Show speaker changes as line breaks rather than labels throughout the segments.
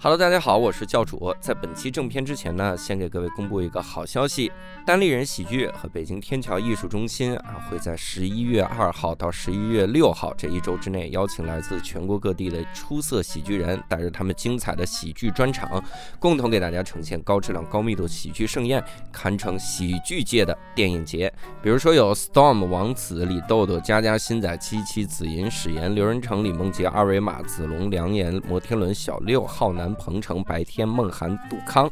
Hello，大家好，我是教主。在本期正片之前呢，先给各位公布一个好消息：单立人喜剧和北京天桥艺术中心啊，会在十一月二号到十一月六号这一周之内，邀请来自全国各地的出色喜剧人，带着他们精彩的喜剧专场，共同给大家呈现高质量、高密度喜剧盛宴，堪称喜剧界的电影节。比如说有 Storm、王子、李豆豆、佳佳、新仔、七七、子银、史岩、刘仁成、李梦洁、二维码、子龙、梁岩、摩天轮、小六、浩南、鹏程、白天、梦涵、杜康。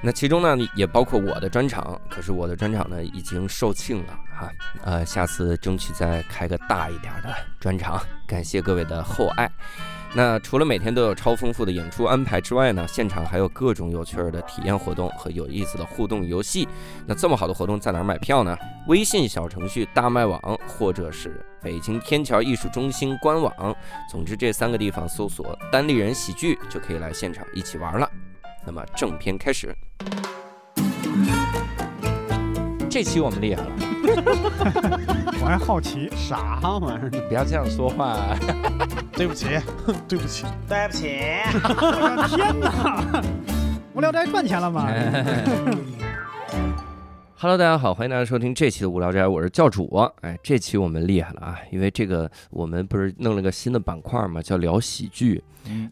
那其中呢，也包括我的专场，可是我的专场呢已经售罄了哈、呃，下次争取再开个大一点的专场，感谢各位的厚爱。那除了每天都有超丰富的演出安排之外呢，现场还有各种有趣儿的体验活动和有意思的互动游戏。那这么好的活动在哪儿买票呢？微信小程序大麦网，或者是北京天桥艺术中心官网。总之，这三个地方搜索“单立人喜剧”就可以来现场一起玩了。那么正片开始。这期我们厉害了，
我还好奇，
啥玩意儿？
不要这样说话。
对不起，对不起，
对不起，
我的哎天哪！无聊斋赚钱了吗？
哎
Hello，大家好，欢迎大家收听这期的无聊斋，我是教主。哎，这期我们厉害了啊，因为这个我们不是弄了个新的板块嘛，叫聊喜剧。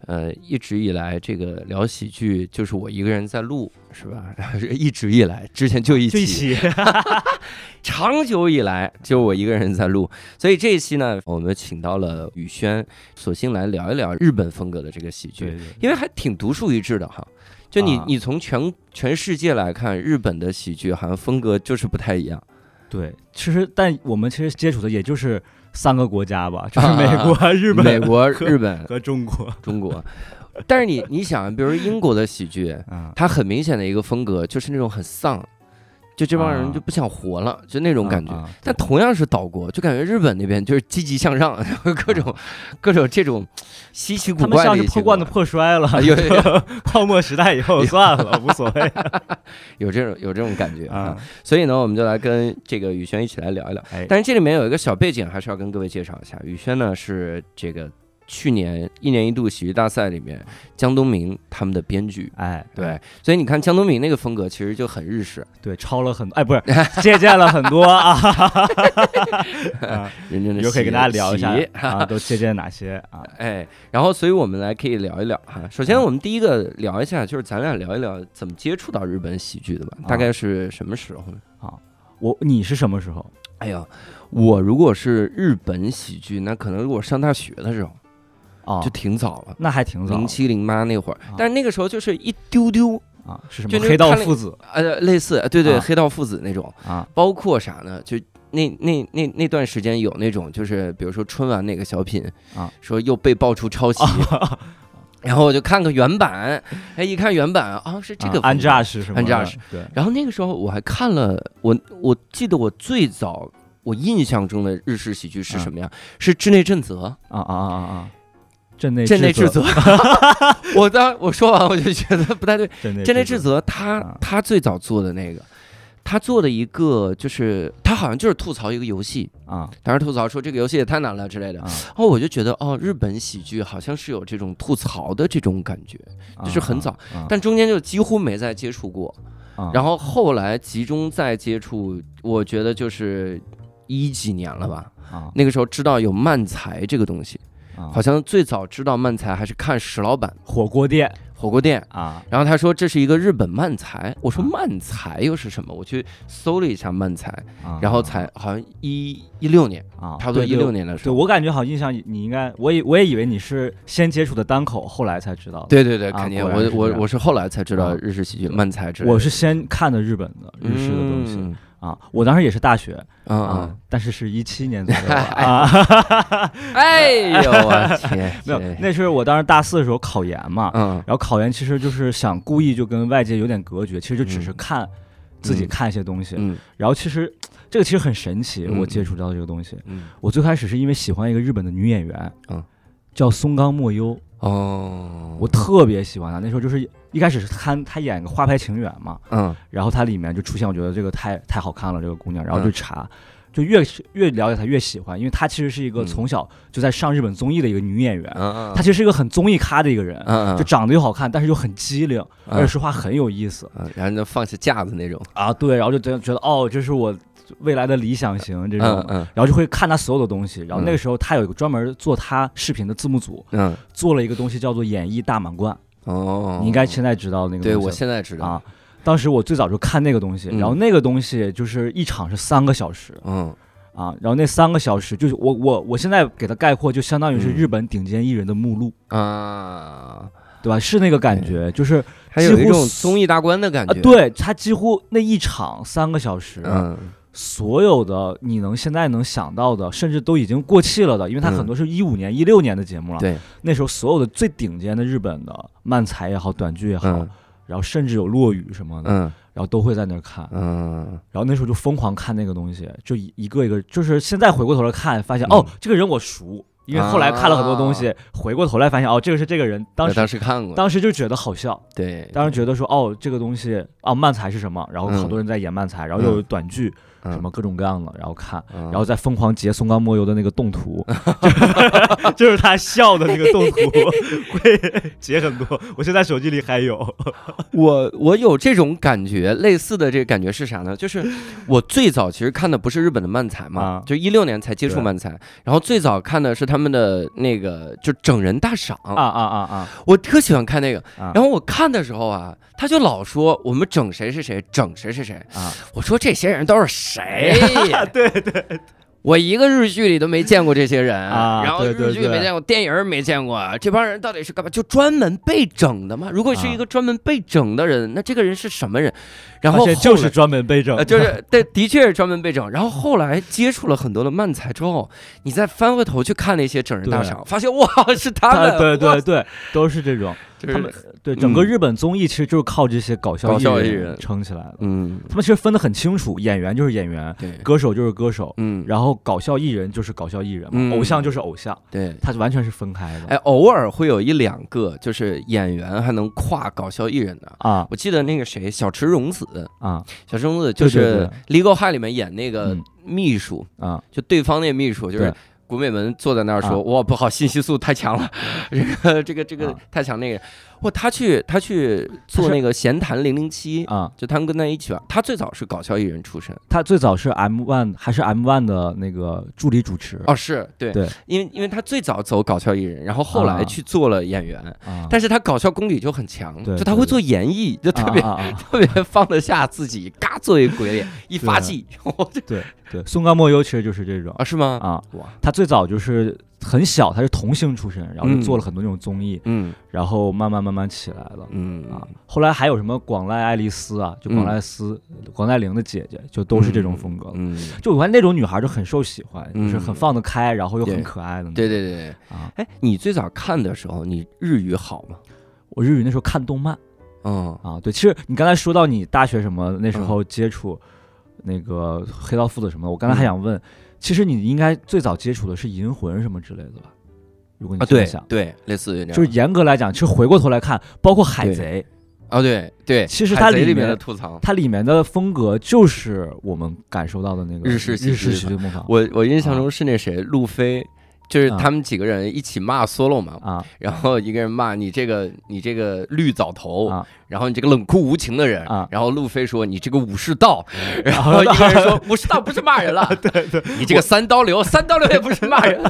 呃，一直以来这个聊喜剧就是我一个人在录，是吧？ 一直以来，之前就一
对不
起，
起，
长久以来就我一个人在录，所以这一期呢，我们请到了宇轩，索性来聊一聊日本风格的这个喜剧。
对
因为还挺独树一帜的哈。就你，
啊
你从全全世界来看，日本的喜剧好像风格就是不太一样。
对，其实但我们其实接触的也就是三个国 家吧，就是美国、日本、
啊美 国、啊
和
日本、
和中国
中国，但是你你想，比如英国的喜剧，
啊，
它很明显的一个风格就是那种很丧，就这帮人
啊
就不想活了，就那
这
种感觉。但同样是岛国，就感觉日本那边就是积极向上， 各种各种这种稀奇古
啊他们
怪的
像
一
是
些
破罐子
玩意儿
破摔了，
有有
泡沫时代以后算了，无所谓
有这 种有这种感觉啊
啊。。
所以呢，我们就来跟这个宇轩一起来聊一聊。
哎，
但是这里面有一个小背景，还是要跟各位介绍一下。宇轩呢是这个去年一年一度喜剧大赛里面江东明他们的编剧。
哎，
对，所以你看江东明那个风格其实就很日式，
对，抄了很多，哎，不是，借鉴了很多 啊，
认真的。
以后可以跟大家聊一下
喜
啊，都借鉴哪些啊？
哎，然后所以我们来可以聊一聊哈。首先，
嗯
我们第一个聊一下，就是咱俩聊一聊怎么接触到日本喜剧的吧。
啊
大概是什么时候呢？
我你是什么时候？
哎呀，我如果是日本喜剧，那可能如果上大学的时候
哦
就，挺早了，
那还挺早
零七零八那会儿
啊。
但是那个时候就是一丢丢，
啊，是什
就
么
那
黑道
看了
父子
呃，类似，对对，
啊
黑道父子那种，
啊
包括啥呢？就那那那那段时间有那种，就是比如说春晚哪个小品
啊，
说又被爆出抄袭， 然后我就看个原版，哎，一看原版啊，是这个
安
风格
扎什什么的
Anjash
对
然后那个时候我还看了，我我记得我最早我印象中的日式喜剧是什么样？是志内正则，
啊啊啊啊啊！镇内
镇内智，
制
则。 我当我说完我就觉得不太对，
镇内
真内
制
智则他
啊
他最早做的那个，他做的一个就是他好像就是吐槽一个游戏，
啊
当时吐槽说这个游戏也太难了之类的。
啊，
哦，我就觉得哦，日本喜剧好像是有这种吐槽的这种感觉，就是很早
啊，啊
但中间就几乎没再接触过。
啊
然后后来集中再接触，我觉得就是一几年了吧，
啊
那个时候知道有漫才这个东西，
啊
好像最早知道漫才还是看石老板
火锅店
火锅店，
啊
然后他说这是一个日本漫才，我说
啊
漫才又是什么？我去搜了一下漫才，
啊，
然后才好像一一六年，
啊，
差不多
对
一六。年的
对
时
对
候。
我感觉好像印象你应该，我以我也以为你是先接触的单口，后来才知道的。
对对对，
啊
肯定
果然
我
是这
我
样
我是后来才知道
啊
日式喜剧漫才之类的。
我是先看的日本的日式的东西
嗯
啊，我当时也是大学
嗯
啊
嗯，，
但是是一七年左右 了啊，，
哎呦我天
没有
这，
那是我当时大四的时候考研嘛，
嗯
然后考研其实就是想故意就跟外界有点隔绝，其实就只是
嗯
看、自己
嗯
看一些东西。
嗯
然后其实这个其实很神奇，
嗯
我接触到这个东西。
嗯
我最开始是因为喜欢一个日本的女演员，
嗯
叫松冈莫优，
哦，
我特别喜欢她。那时候就是一开始是看她演个《花牌情缘》嘛，
嗯
嗯然后她里面就出现，我觉得这个太太好看了，这个姑娘，然后就查。就越越了解她越喜欢，因为她其实是一个
嗯
从小就在上日本综艺的一个女演员，
嗯，
她其实是一个很综艺咖的一个人，
嗯
就长得又好看，但是又很机灵，而且
嗯
说话很有意思
嗯，然后就放下架子那种，
啊，对，然后就觉得觉得哦，这是我未来的理想型这种。
嗯嗯
然后就会看她所有的东西，然后那
嗯
个时候她有一个专门做她视频的字幕组，
嗯，
做了一个东西叫做演绎大满贯，
哦，
你应该现在知道那个
对
东西
我
了
现在知道，
啊。当时我最早就看那个东西，
嗯
然后那个东西就是一场是三个小时
嗯
啊，然后那三个小时就是我我我现在给它概括，就相当于是
嗯
日本顶尖艺人的目录，
啊，
对吧？是那个感觉，就是
还有
几
一
乎
种
是
综艺大观的嗯感
啊
觉，，，
对他几乎那一场三个小时，
嗯
所有的你能现在能想到的，甚至都已经过气了的，因为它
嗯
很多是一五年、一六年的节目了，
对，
那时候所有的最顶尖的日本的漫才也好，短剧也好，
嗯
然后甚至有落语什么的，
嗯
然后都会在那儿看。
嗯
然后那时候就疯狂看那个东西，就一一个一个，就是现在回过头来看，发现、
嗯啊
哦，这个人我熟，因为后来看了很多东西，回过头来发现哦，这个是这个人，当
那
时
当时看过，
当时就觉得好笑，
对，
当时觉得说哦，这个东西啊，漫才是什么？然后好多人在演漫才，然后又有短剧、
嗯
什么各种各样的，然后看。
嗯
然后再疯狂截松冈莫由的那个 动图，就 就是他笑的那个动图，会截很多。我现在手机里还有。
我我有这种感觉，类似的这个感觉是啥呢？就是我最早其实看的不是日本的漫才嘛，
啊
就一六年才接触
对
漫才，然后最早看的是他们的那个就整人大赏，
啊啊啊啊！
我特喜欢看那个。
啊
然后我看的时候啊，他就老说我们整谁是谁，整谁是谁
啊。哎
我说这些人都是谁？
对
对。我一个日剧里都没见过这些人，
啊
然后
对对
日剧没
对
见过，电影儿没见过，这帮人到底是干嘛？就专门被整的吗？如果是
啊
一个专门被整的人，那这个人是什么人？然后
而且
后
就是
来
专门被整，
呃，就是对，的确是专门被整。然后后来接触了很多的漫才之后，你再翻回头去看那些整人大
对
赏，发现哇，是他们，
他对
哇
对，对，都是这种。
就是嗯
他们对整个日本综艺其实就是靠这些搞笑
搞笑艺人
人撑起来的。
嗯，
他们其实分得很清楚，演员就是演员，
对，
歌手就是歌手，
嗯，
然后搞笑艺人就是搞笑艺人
嗯
嘛，偶像就是偶像，
对。
它完全是分开
哎
的。，
偶尔会有一两个，就是演员还能跨搞笑艺人的。
啊
我记得那个谁，小池荣子，
啊
小池荣子就
对对
是《Legal High》里面演那个
嗯
秘书，
啊！
就对方那秘书，就是
对
古美门坐在那儿说：“
啊
哇，不好，信息素太强 了，这个这个这个
啊
太强。”那个，哇，他去他去做
是
那个闲谈零零七，
啊，
就他们跟他一起玩。他最早是搞笑艺人出身，
他最早是 M One 还是 M One 的那个助理主持
哦，是对
对
因为因为他最早走搞笑艺人，然后后来
啊
去做了演员，
啊？
但是他搞笑功底就很强，
对
就他
对
会
对
做演绎，就特别、
啊啊 啊！
特别放得下自己，嘎做一鬼脸，一发气， 我这
对对，松冈莫优其实就是这种
啊是吗？
啊。
哇，
他最早就是很小，他是童星出身，然后
嗯
就做了很多那种综艺，
嗯
然后慢慢慢慢起来了。
嗯
啊，后来还有什么广濑爱丽丝啊，就广濑丝、广濑铃的姐姐，就都是这种风格。
嗯，
就我发现那种女孩就很受喜欢，
嗯
就是很放得开，然后又
对
很可爱的。
对对对对。
啊，
哎，你最早看的时候，你日语好吗？
我日语那时候看动漫
嗯
啊，对，其实你刚才说到你大学什么那时候接触那个黑道父子什么的，我
嗯
刚才还想问，其实你应该最早接触的是银魂什么之类的吧？如果你
啊，
这么
对
想，
对，类似于这样，
就是严格来讲，其实回过头来看，包括海贼，
啊对对，
其实
海
它
贼
里
里
面
的吐槽。
它里面的风格就是我们感受到的那个
日式喜剧
日式喜剧的模仿
我我印象中是那谁，路飞，就是
啊
他们几个人一起骂 solo 嘛，
啊
然后一个人骂你这个你这个绿藻头，
啊
然后你这个冷酷无情的人，
啊嗯
然后路飞说你这个武士道，然 后一个人说武士道不是骂人了，对对， 你这个三刀流，三刀流也不是骂 人，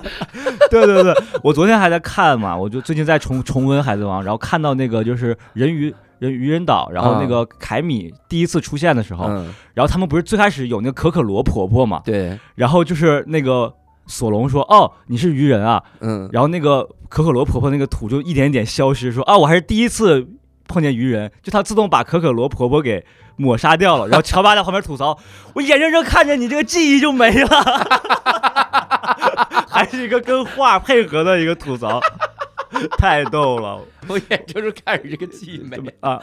对对对，我昨天还在看嘛，我就最近在重重温《海贼王》，然后看到那个就是人鱼人鱼人岛，然后那个凯米第一次出现的时候，
嗯，
然后他们不是最开始有那个可可罗婆婆嘛，
对，
然后就是那个索隆说哦你是鱼人啊，
嗯，
然后那个可可罗婆婆那个土就一点一点消失，说啊我还是第一次碰见鱼人，就她自动把可可罗婆婆给。抹杀掉 了，然后乔巴在旁边吐槽：“我眼睁睁看着你这个记忆就 没了，还是一个跟画配合的一个 吐槽，太逗了
我眼睁睁看着这个记忆 没哎了，
啊！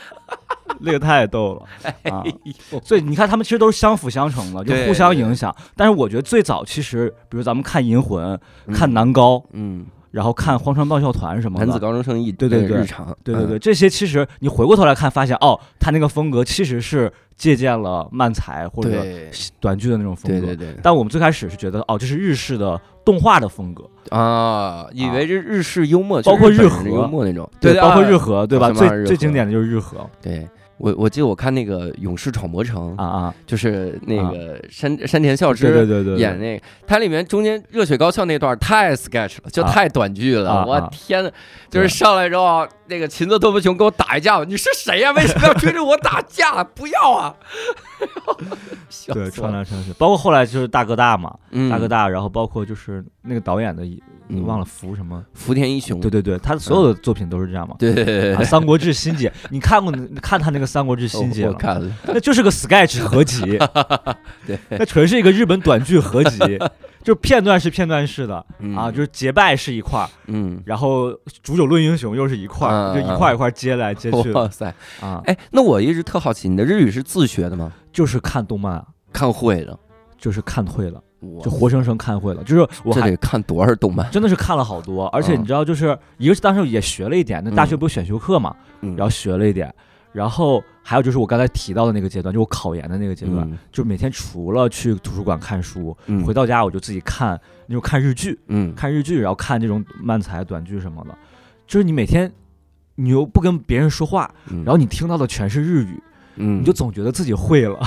那个太逗了啊！
嗯
所以你看，他们其实都是相辅相成的，就
对
互相影响。但是我觉得最早其实，比如咱们看《银魂》、看《
嗯
南高》，
嗯，
然后看《荒川爆笑团》什么的。
男子高中生一
对对
呃
对
日常，
对对
嗯
对，这些其实你回过头来看，发现哦，他那个风格其实是借鉴了漫才或者
对
短剧的那种风格。
对对对
但我们最开始是觉得哦，这是日式的动画的风格，
啊，以为这日式幽默，
啊包括
就是
日
本人的
和
幽默那种，对，
包括
啊
日。和，对吧？
什么玩意儿
最
日
最
和
经典的就是日和
对我我记得我看那个《勇士闯魔城》
啊，啊，
就是那个山山田孝
对
之
对对对，对
演那个，它里面中间热血高校那段太 sketch 了，就
啊
太短剧
啊
了，我
啊
天呐，就是
对
上来之后，啊那个秦泽多夫熊跟我打一架吧，你是谁呀？为什么要追着我打架？不要啊！ 笑
对
死
穿
我了，
来穿去，包括后来就是大哥大嘛，
嗯
大哥大，然后包括就是那个导演的，你忘了福什么？
福田一雄，
对对对，他的所有的作品都是这样嘛。
对对嗯对
啊，《
对
三国志新解》，你看过你看他那个《三国志新啊
哦我
解》了吗？
看了，，
那就是个 sketch 合集
对，
那纯是一个日本短剧合集，就是片段是片段式的
嗯
啊，就是结拜是一块儿，
嗯，
然后煮酒论英雄又是一块
啊
儿，就一块儿一块儿接来接去
嗯哇塞，
啊，
哎，那我一直特好奇，你的日语是自学的吗？
就是看动漫啊，
看会的，
就是看会了，
我
就活生生看会了，就是我
这
还
得看多少动漫，
真的是看了好多，而且
嗯
你知道，就是一个是当时也学了一点，那大学
嗯
不是选修课嘛，
然
然后学了一点，然后还有就是我刚才提到的那个阶段，就我考研的那个阶段，
嗯
就每天除了去图书馆看书，
嗯
回到家我就自己看那种看日剧，
嗯
看日剧，然后看这种漫才短剧什么的，就是你每天你又不跟别人说话，
嗯
然后你听到的全是日语，
嗯
你就总觉得自己会了，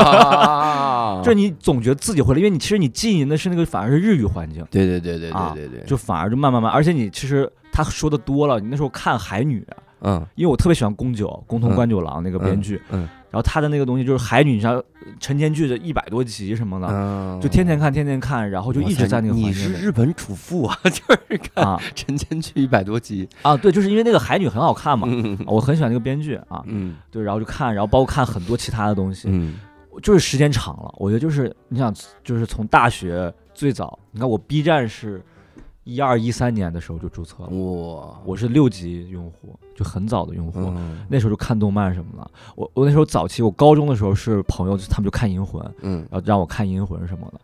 啊
就是你总觉得自己会了，因为你其实你浸淫的是那个反而是日语环境。
对对对对
啊
对对对，
就反而就慢慢慢，而且你其实他说的多了，你那时候看海女，啊
嗯
因为我特别喜欢宫九，宫
嗯
藤官九郎那个编剧，
嗯
然后他的那个东西就是海女，你知道陈年剧的一百多集什么的，
嗯
就天天看，天天看，然后就一直在那个
哇塞
环
你
境
是
里
日本主妇啊， 就是看
啊
陈千去一百多集，
啊，对，就是因为那个海女很好看嘛，
嗯
我很喜欢那个编剧啊，
嗯
对，然后就看，然后包括看很多其他的东西，
嗯
就是时间长了，我觉得就是你想，就是从大学最早，你看我 B 站是一二一三年的时候就注册了。
哇
我是六级用户，就很早的用户，
嗯
那时候就看动漫什么的。我我那时候早期，我高中的时候是朋友，他们就看《银魂》，
嗯
然后让我看《银魂》什么的。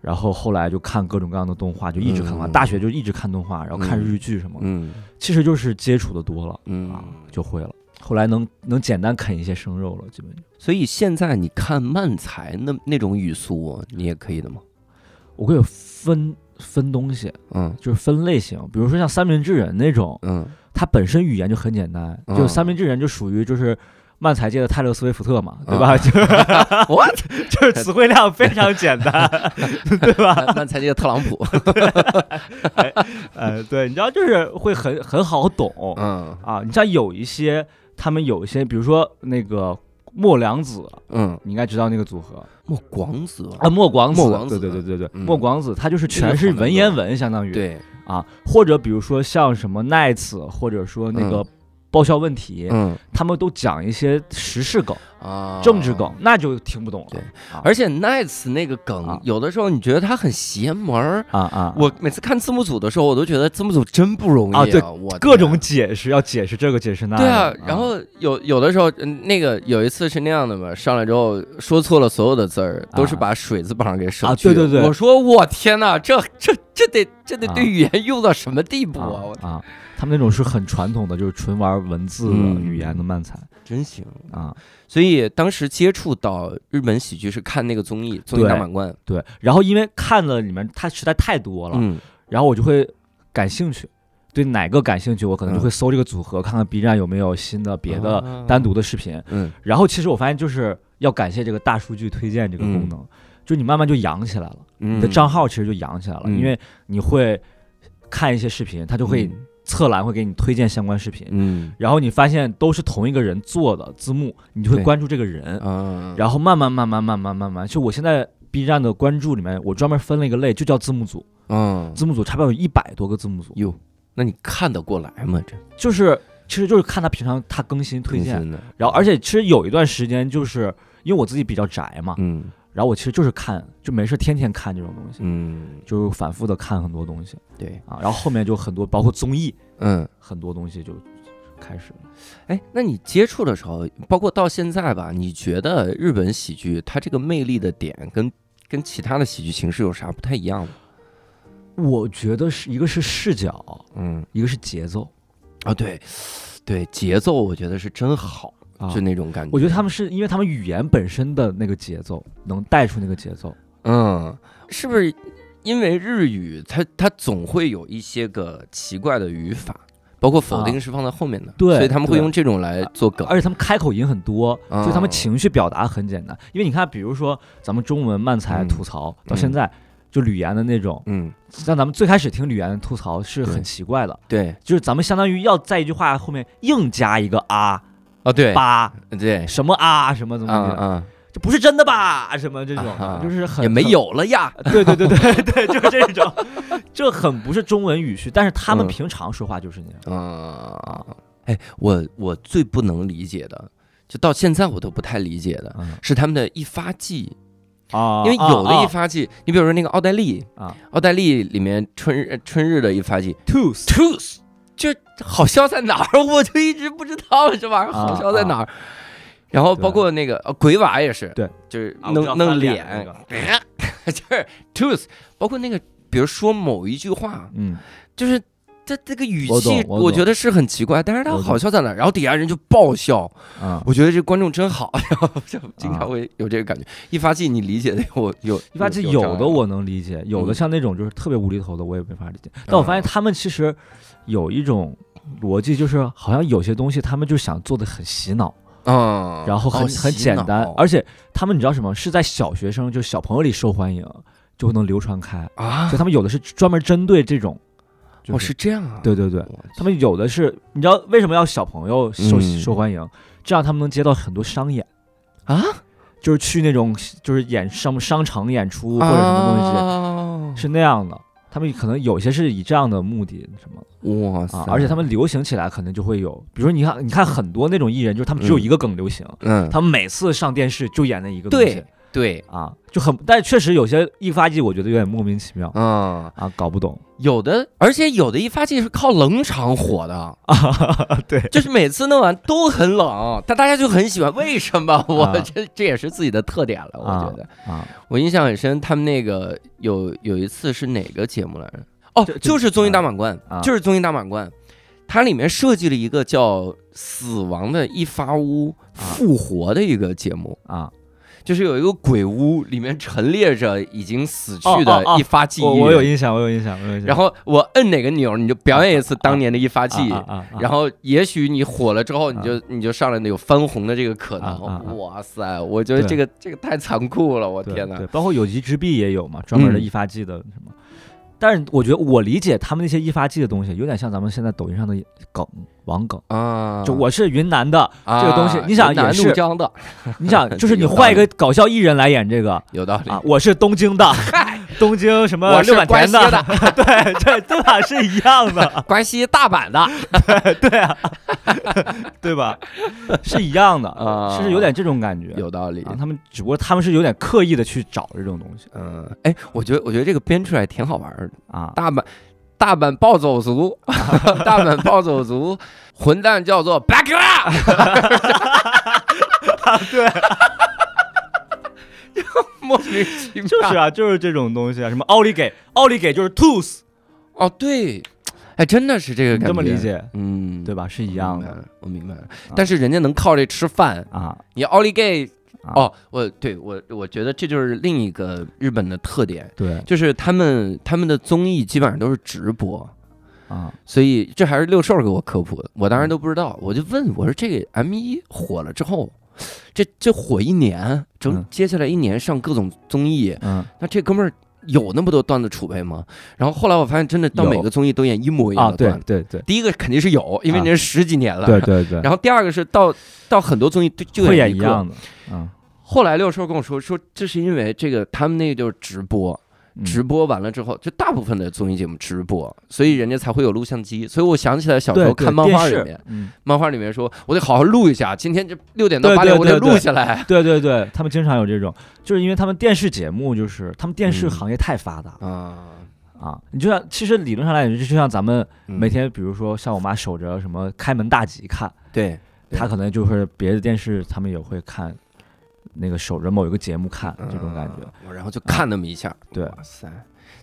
然后后来就看各种各样的动画，就一直看完。
嗯
大学就一直看动画，然后看
嗯
日剧什么的。
嗯
其实就是接触的多了啊，
嗯，
就会了。后来能能简单啃一些生肉了，基本就。
所以现在你看漫才那那种语速，你也可以的吗？
我会有分分东西，
嗯
就是分类型。比如说像三明治人那种，
嗯
它本身语言就很简单，
嗯
就三明治人就属于就是漫才界的泰勒斯威夫特嘛，对
啊
吧？就
我
就是词汇量非常简单， 对吧？
漫才界的特朗 普，
呃，对，你知道就是会很很好懂
嗯
啊。你像有一些他们有一些，比如说那个莫良子，
嗯，
你应该知道那个组合
莫广子吧
啊，莫广子，
莫广子
对对对对对，
嗯
莫广子他就是
这
全
个
是
好难
文言文，相当于
对，
啊，或者比如说像什么奈子，或者说那个。爆笑问题，
嗯
他们都讲一些时事梗、
啊，
政治梗，那就听不懂了。
对
啊，
而且 nice 那个梗，
啊
有的时候你觉得它很邪门儿。
啊啊，
我每次看字幕组的时候，我都觉得字幕组真不容易
啊对
我的
各
天
种解释，要解释这个，解释那个。
对啊。然后有有的时候，嗯那个有一次是那样的嘛，上来之后说错了所有的字儿，都是
啊
把水字旁给省
啊
去了。
对对对
我说我天哪，这这这得这得
啊
对语言用到什么地步啊！
啊
我
啊，他们那种是很传统的，就是纯玩文字的
嗯
语言的漫才
真行。
啊。
所以当时接触到日本喜剧是看那个综艺《综艺
对
大满贯》，
对，然后因为看了里面它实在太多了，
嗯
然后我就会感兴趣，对哪个感兴趣，我可能就
嗯
会搜这个组合，看看 B 站有没有新的别
啊
的单独的视频。
嗯
然后其实我发现就是要感谢这个大数据推荐这个功能，就你慢慢就养起来了，
嗯
你的账号其实就养起来了，
嗯
因为你会看一些视频，它就会侧栏会给你推荐相关视频。
嗯
然后你发现都是同一个人做的字幕，你就
对
会关注这个人
嗯，啊
然后慢慢慢慢慢慢慢慢，就我现在 B 站的关注里面，我专门分了一个类，就叫字幕组。
嗯
字幕组差不多有一百多个字幕组，
哟，那你看得过来吗？这
就是其实就是看他平常他更新推
挺
荐，
新的，
然后而且其实有一段时间就是因为我自己比较宅嘛，
嗯
然后我其实就是看就没事天天看这种东西，
嗯，
就反复的看很多东西
对，
啊，然后后面就很多包括综艺
嗯，
很多东西就开始了。
哎，那你接触的时候，包括到现在吧，你觉得日本喜剧它这个魅力的点跟跟其他的喜剧形式有啥不太一样吗？
我觉得是一个是视角，
嗯
一个是节奏。
啊，对对，节奏我觉得是真好，
啊
就那种感觉。
我觉得他们是因为他们语言本身的那个节奏能带出那个节奏，
嗯，是不是因为日语它它总会有一些个奇怪的语法，包括否定是放在后面的，
啊对
所以他们会
对啊
用这种来做梗。
而且他们开口音很多，
嗯
所以他们情绪表达很简单。因为你看，比如说咱们中文漫才
嗯
吐槽
嗯
到现在，就吕岩的那种，
嗯，
像咱们最开始听吕岩的吐槽是
对
很奇怪的，
对，
就是咱们相当于要在一句话后面硬加一个啊
哦对，
吧
对，
什么啊什么怎
嗯
么怎么的，
嗯，
这不是真的吧什么这种
啊，
就是很
也没
很
有了呀。
对对对 对对，就是这种，这很不是中文语序，但是他们
嗯
平常说话就是那样。
嗯，哎，我我最不能理解的，就到现在我都不太理解的。
嗯
是他们的一发技，
啊
因为有的一
发
发技，你比如说那个奥黛丽
啊，
奥黛丽里面春日春日的一发技
tooth
，tooth，就好笑在哪儿，我就一直不知道这玩意儿
啊
好笑在哪儿。然后包括那个呃鬼娃也是，
对，
就是
啊我
弄
知道
弄
翻脸
脸，
那
就是 tooth，包括那个比如说某一句话，
嗯，
就是这这个语
我懂
气，
我懂
我觉得是很奇怪，但是他
我懂
好笑在哪儿，然后底下人就爆笑，
啊，
我觉得这观众真好， 然后就经常会有这个感觉。一发技你理解的我有，
一般这
有
有的我能理解，有的
嗯
像那种就是特别无厘头的，我也没法理解。但我发现他们其实有一种逻辑，就是好像有些东西他们就想做的很洗脑，
嗯，
然后很、
哦
很简单，
洗脑
而且他们你知道什么？是在小学生就小朋友里受欢迎，就能流传 开。
啊
所以，他们有的是专门针对这种，就
哦是这样啊，
对对对，
我去，
他们有的是，你知道为什么要小朋友受、
嗯
受欢迎？这样他们能接到很多商演
啊，
就是去那种就是演商商场演出或者什么东西之
啊
类的，
东
是那样的。他们可能有些是以这样的目的什么
是哇塞
啊，，而且他们流行起来可能就会有，比如说你看，你看很多那种艺人，就是他们只有
嗯
一个梗流行，
嗯，
他们每次上电视就演那一个东西
对对。
啊，就很，但确实有些一发技我觉得有点莫名其妙
嗯，
啊，搞不懂
有的，而且有的一发技是靠冷场火的，
啊，对，
就是每次弄完都很冷，但大家就很喜欢。为什么？我、
啊
这这也是自己的特点了，我
啊
觉得。
啊，
我印象很深，他们那个有有一次是哪个节目来着？哦
这，这
就是《综艺大满贯》
啊
就是《综艺大满贯》，它里面设计了一个叫《死亡的一发屋》复活的一个节目，
啊，
就是有一个鬼屋，里面陈列着已经死去
哦
的
哦哦
一发技艺
我
人
我有印象，我有印象，我有印象。
然后我摁哪个钮，你就表演一次当年的一发技。
啊啊啊啊啊
然后，也许你火了之后，你就你就上来有翻红的这个可能。
啊啊啊
哇塞，我觉得
对
这个这个太残酷了，我
对
天哪！
对，包括有机之壁也有嘛，专门的
嗯
易发剂的什么。但是我觉得我理解他们那些易发剂的东西，有点像咱们现在抖音上的梗网梗。
啊，
就我是云南的，
啊
这个东西你想
有难
也是
度张的，
你想就是你
有道理
换一个搞笑艺人来演这个
有道理
啊，我是东京的， 东京什么
我是
六坂
关
田
西
的，
的
对，这这俩是一样的，
关西大阪 的，
对吧？是一样的，
啊
是有点这种感觉。
有道理
啊，他们只不过他们是有点刻意的去找这种东西
嗯，哎，我觉得我觉得这个编出来挺好玩儿的。
啊。
大阪，大阪暴走族， 大阪暴走族，混蛋叫做 Black Ra，对， 莫名其妙。
就 是啊，就是这种东西啊，什么奥利给，奥利给就是 tooth，
哦，对，哎，真的是这个
你
感觉。
这么理？解
嗯，
对吧？是一样的
我明白了，我明白了。但是人家能靠这吃饭，
啊。
你奥利给。
啊
哦，我对我我觉得这就是另一个日本的特点，
对
就是他们他们的综艺基本上都是直播，
啊，
所以这还是六兽给我科普的，我当时都不知道，我就问我说这个 M 一火了之后，这这火一年，整
嗯
接下来一年上各种综艺，
嗯，
那这哥们儿有那么多段子储备吗？然后后来我发现真的到
有
每个综艺都演一模一
啊，
样的
对
段子，
对对
第一个肯定是有，因为
啊
人家十几年了，
对对对，
然后第二个是到到很多综艺就就
会演
一
一
个
样的，嗯，
后来六叔跟我说，说这是因为这个他们那个就是直播，
嗯
直播完了之后，就大部分的综艺节目直播，所以人家才会有录像机。所以我想起来小时候
对对
看漫画
电
里
视
面，
嗯，
漫画里面说，我得好好录一下，今天这六点到
对
八点
对
我得
对对
录下 来
对对对，他们经常有这种，就是因为他们电视节目就是他们电视
嗯
行业太发达
啊。
啊，你就像其实理论上来讲，就像咱们
嗯
每天比如说像我妈守着什么开门大吉看，
对，对
她可能就是别的电视他们也会看，那个守着某一个节目看这种感觉，
嗯，我然后就看那么一下，
对
哇塞，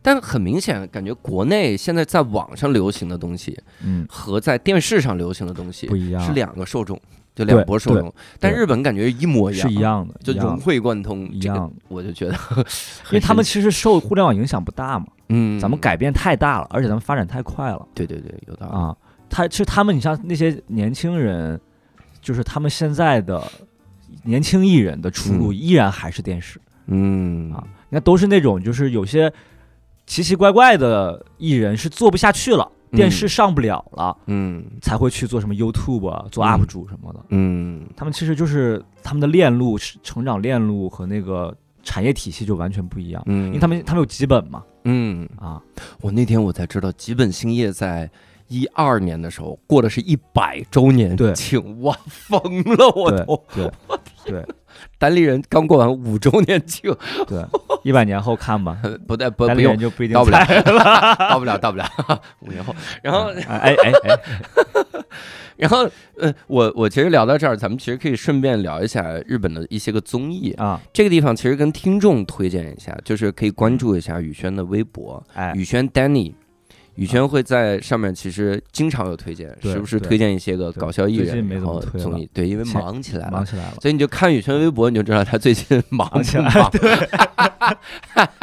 但很明显，感觉国内现在在网上流行的东西
嗯，
和在电视上流行的东西
不一样，
是两个受众，就两波受众。但日本感觉一模一样，
是一样的，
就
一样
融
的
会贯通。
一
这个
样
我就觉 得很神奇，
因为他们其实受互联网影响不大嘛，
嗯，
咱们改变太大了，而且咱们发展太快了
对对对，有道理。
啊。他其实他们，你像那些年轻人，就是他们现在的年轻艺人的出路，
嗯
依然还是电视。
嗯
啊，你看都是那种就是有些奇奇怪怪的艺人是做不下去了，
嗯
电视上不了了，
嗯
才会去做什么 YouTube 啊，做
嗯
UP 主什么的。
嗯
他们其实就是他们的链路、是成长链路和那个产业体系就完全不一样，
嗯，
因为他们他们有基本嘛
嗯，
啊，
我那天我才知道，吉本兴业在一二年的时候过的是一百周年
对
庆，哇，疯了 我
对
都。
对对
单立人刚过完五周年庆，
对，一百年后看吧，
不对，不
咱
不
俩
用，
就不一定
到不了
在，
到不了，到不了，五年后。然后，
哎哎哎，
然后，呃，我我其实聊到这儿，咱们其实可以顺便聊一下日本的一些个综艺。
啊
这个地方其实跟听众推荐一下，就是可以关注一下宇轩的微博，
嗯哎，啊
宇轩 Danny。宇轩会在上面，其实经常有推荐，
对
时不时
对
推荐一些个
对
搞笑艺
最
人，
近没
然
怎么
后
推了
综艺，对，因为
前
忙起来了
忙，起来了，
所以你就看宇轩微博，你就知道他最 近忙
忙起来
不忙。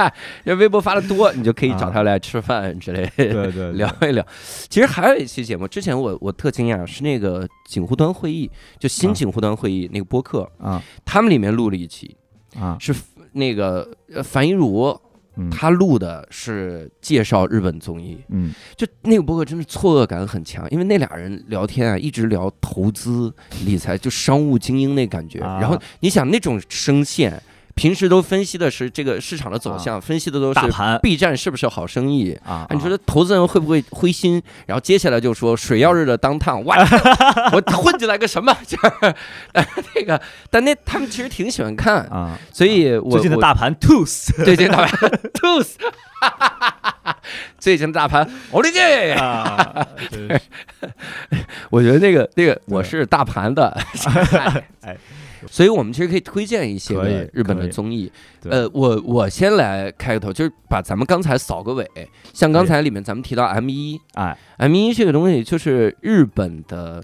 因为微博发的多，你就可以找他来吃饭之类
啊 对
的，
对对
聊一聊。其实还有一期节目，之前我我特惊讶，是那个锦湖端会议，就新
啊
锦湖端会议那个播客，
啊
他们里面录了一期，
啊，
是那个呃樊一茹
嗯
她录的是介绍日本综艺，
嗯
就那个播客真是错愕感很强，因为那俩人聊天啊，一直聊投资、理财，就商务精英那感觉。
啊
然后你想那种声线，平时都分析的是这个市场的走向，分析的都
啊大
是
盘
B 站是不是好生意。
啊，
啊、你说这投资人会不会灰心？然后接下来就说水曜日的当趟， 哇，我混进来个什么？ 就是，但是那个，但那他们其实挺喜欢看，
啊，
所以我
最近的
我
大盘 tooth
最近的大 盘 tooth，最近的大 盘 o l i g
啊，对
我觉得那个那个我是大盘的，
嗯 哎，
所以我们其实可以推荐一些
可以
日本的
可以
综艺。
对
呃，我我先来开个头，就是把咱们刚才扫个尾。像刚
对
才里面咱们提到 M 一
哎
，M 一这个东西就是日本的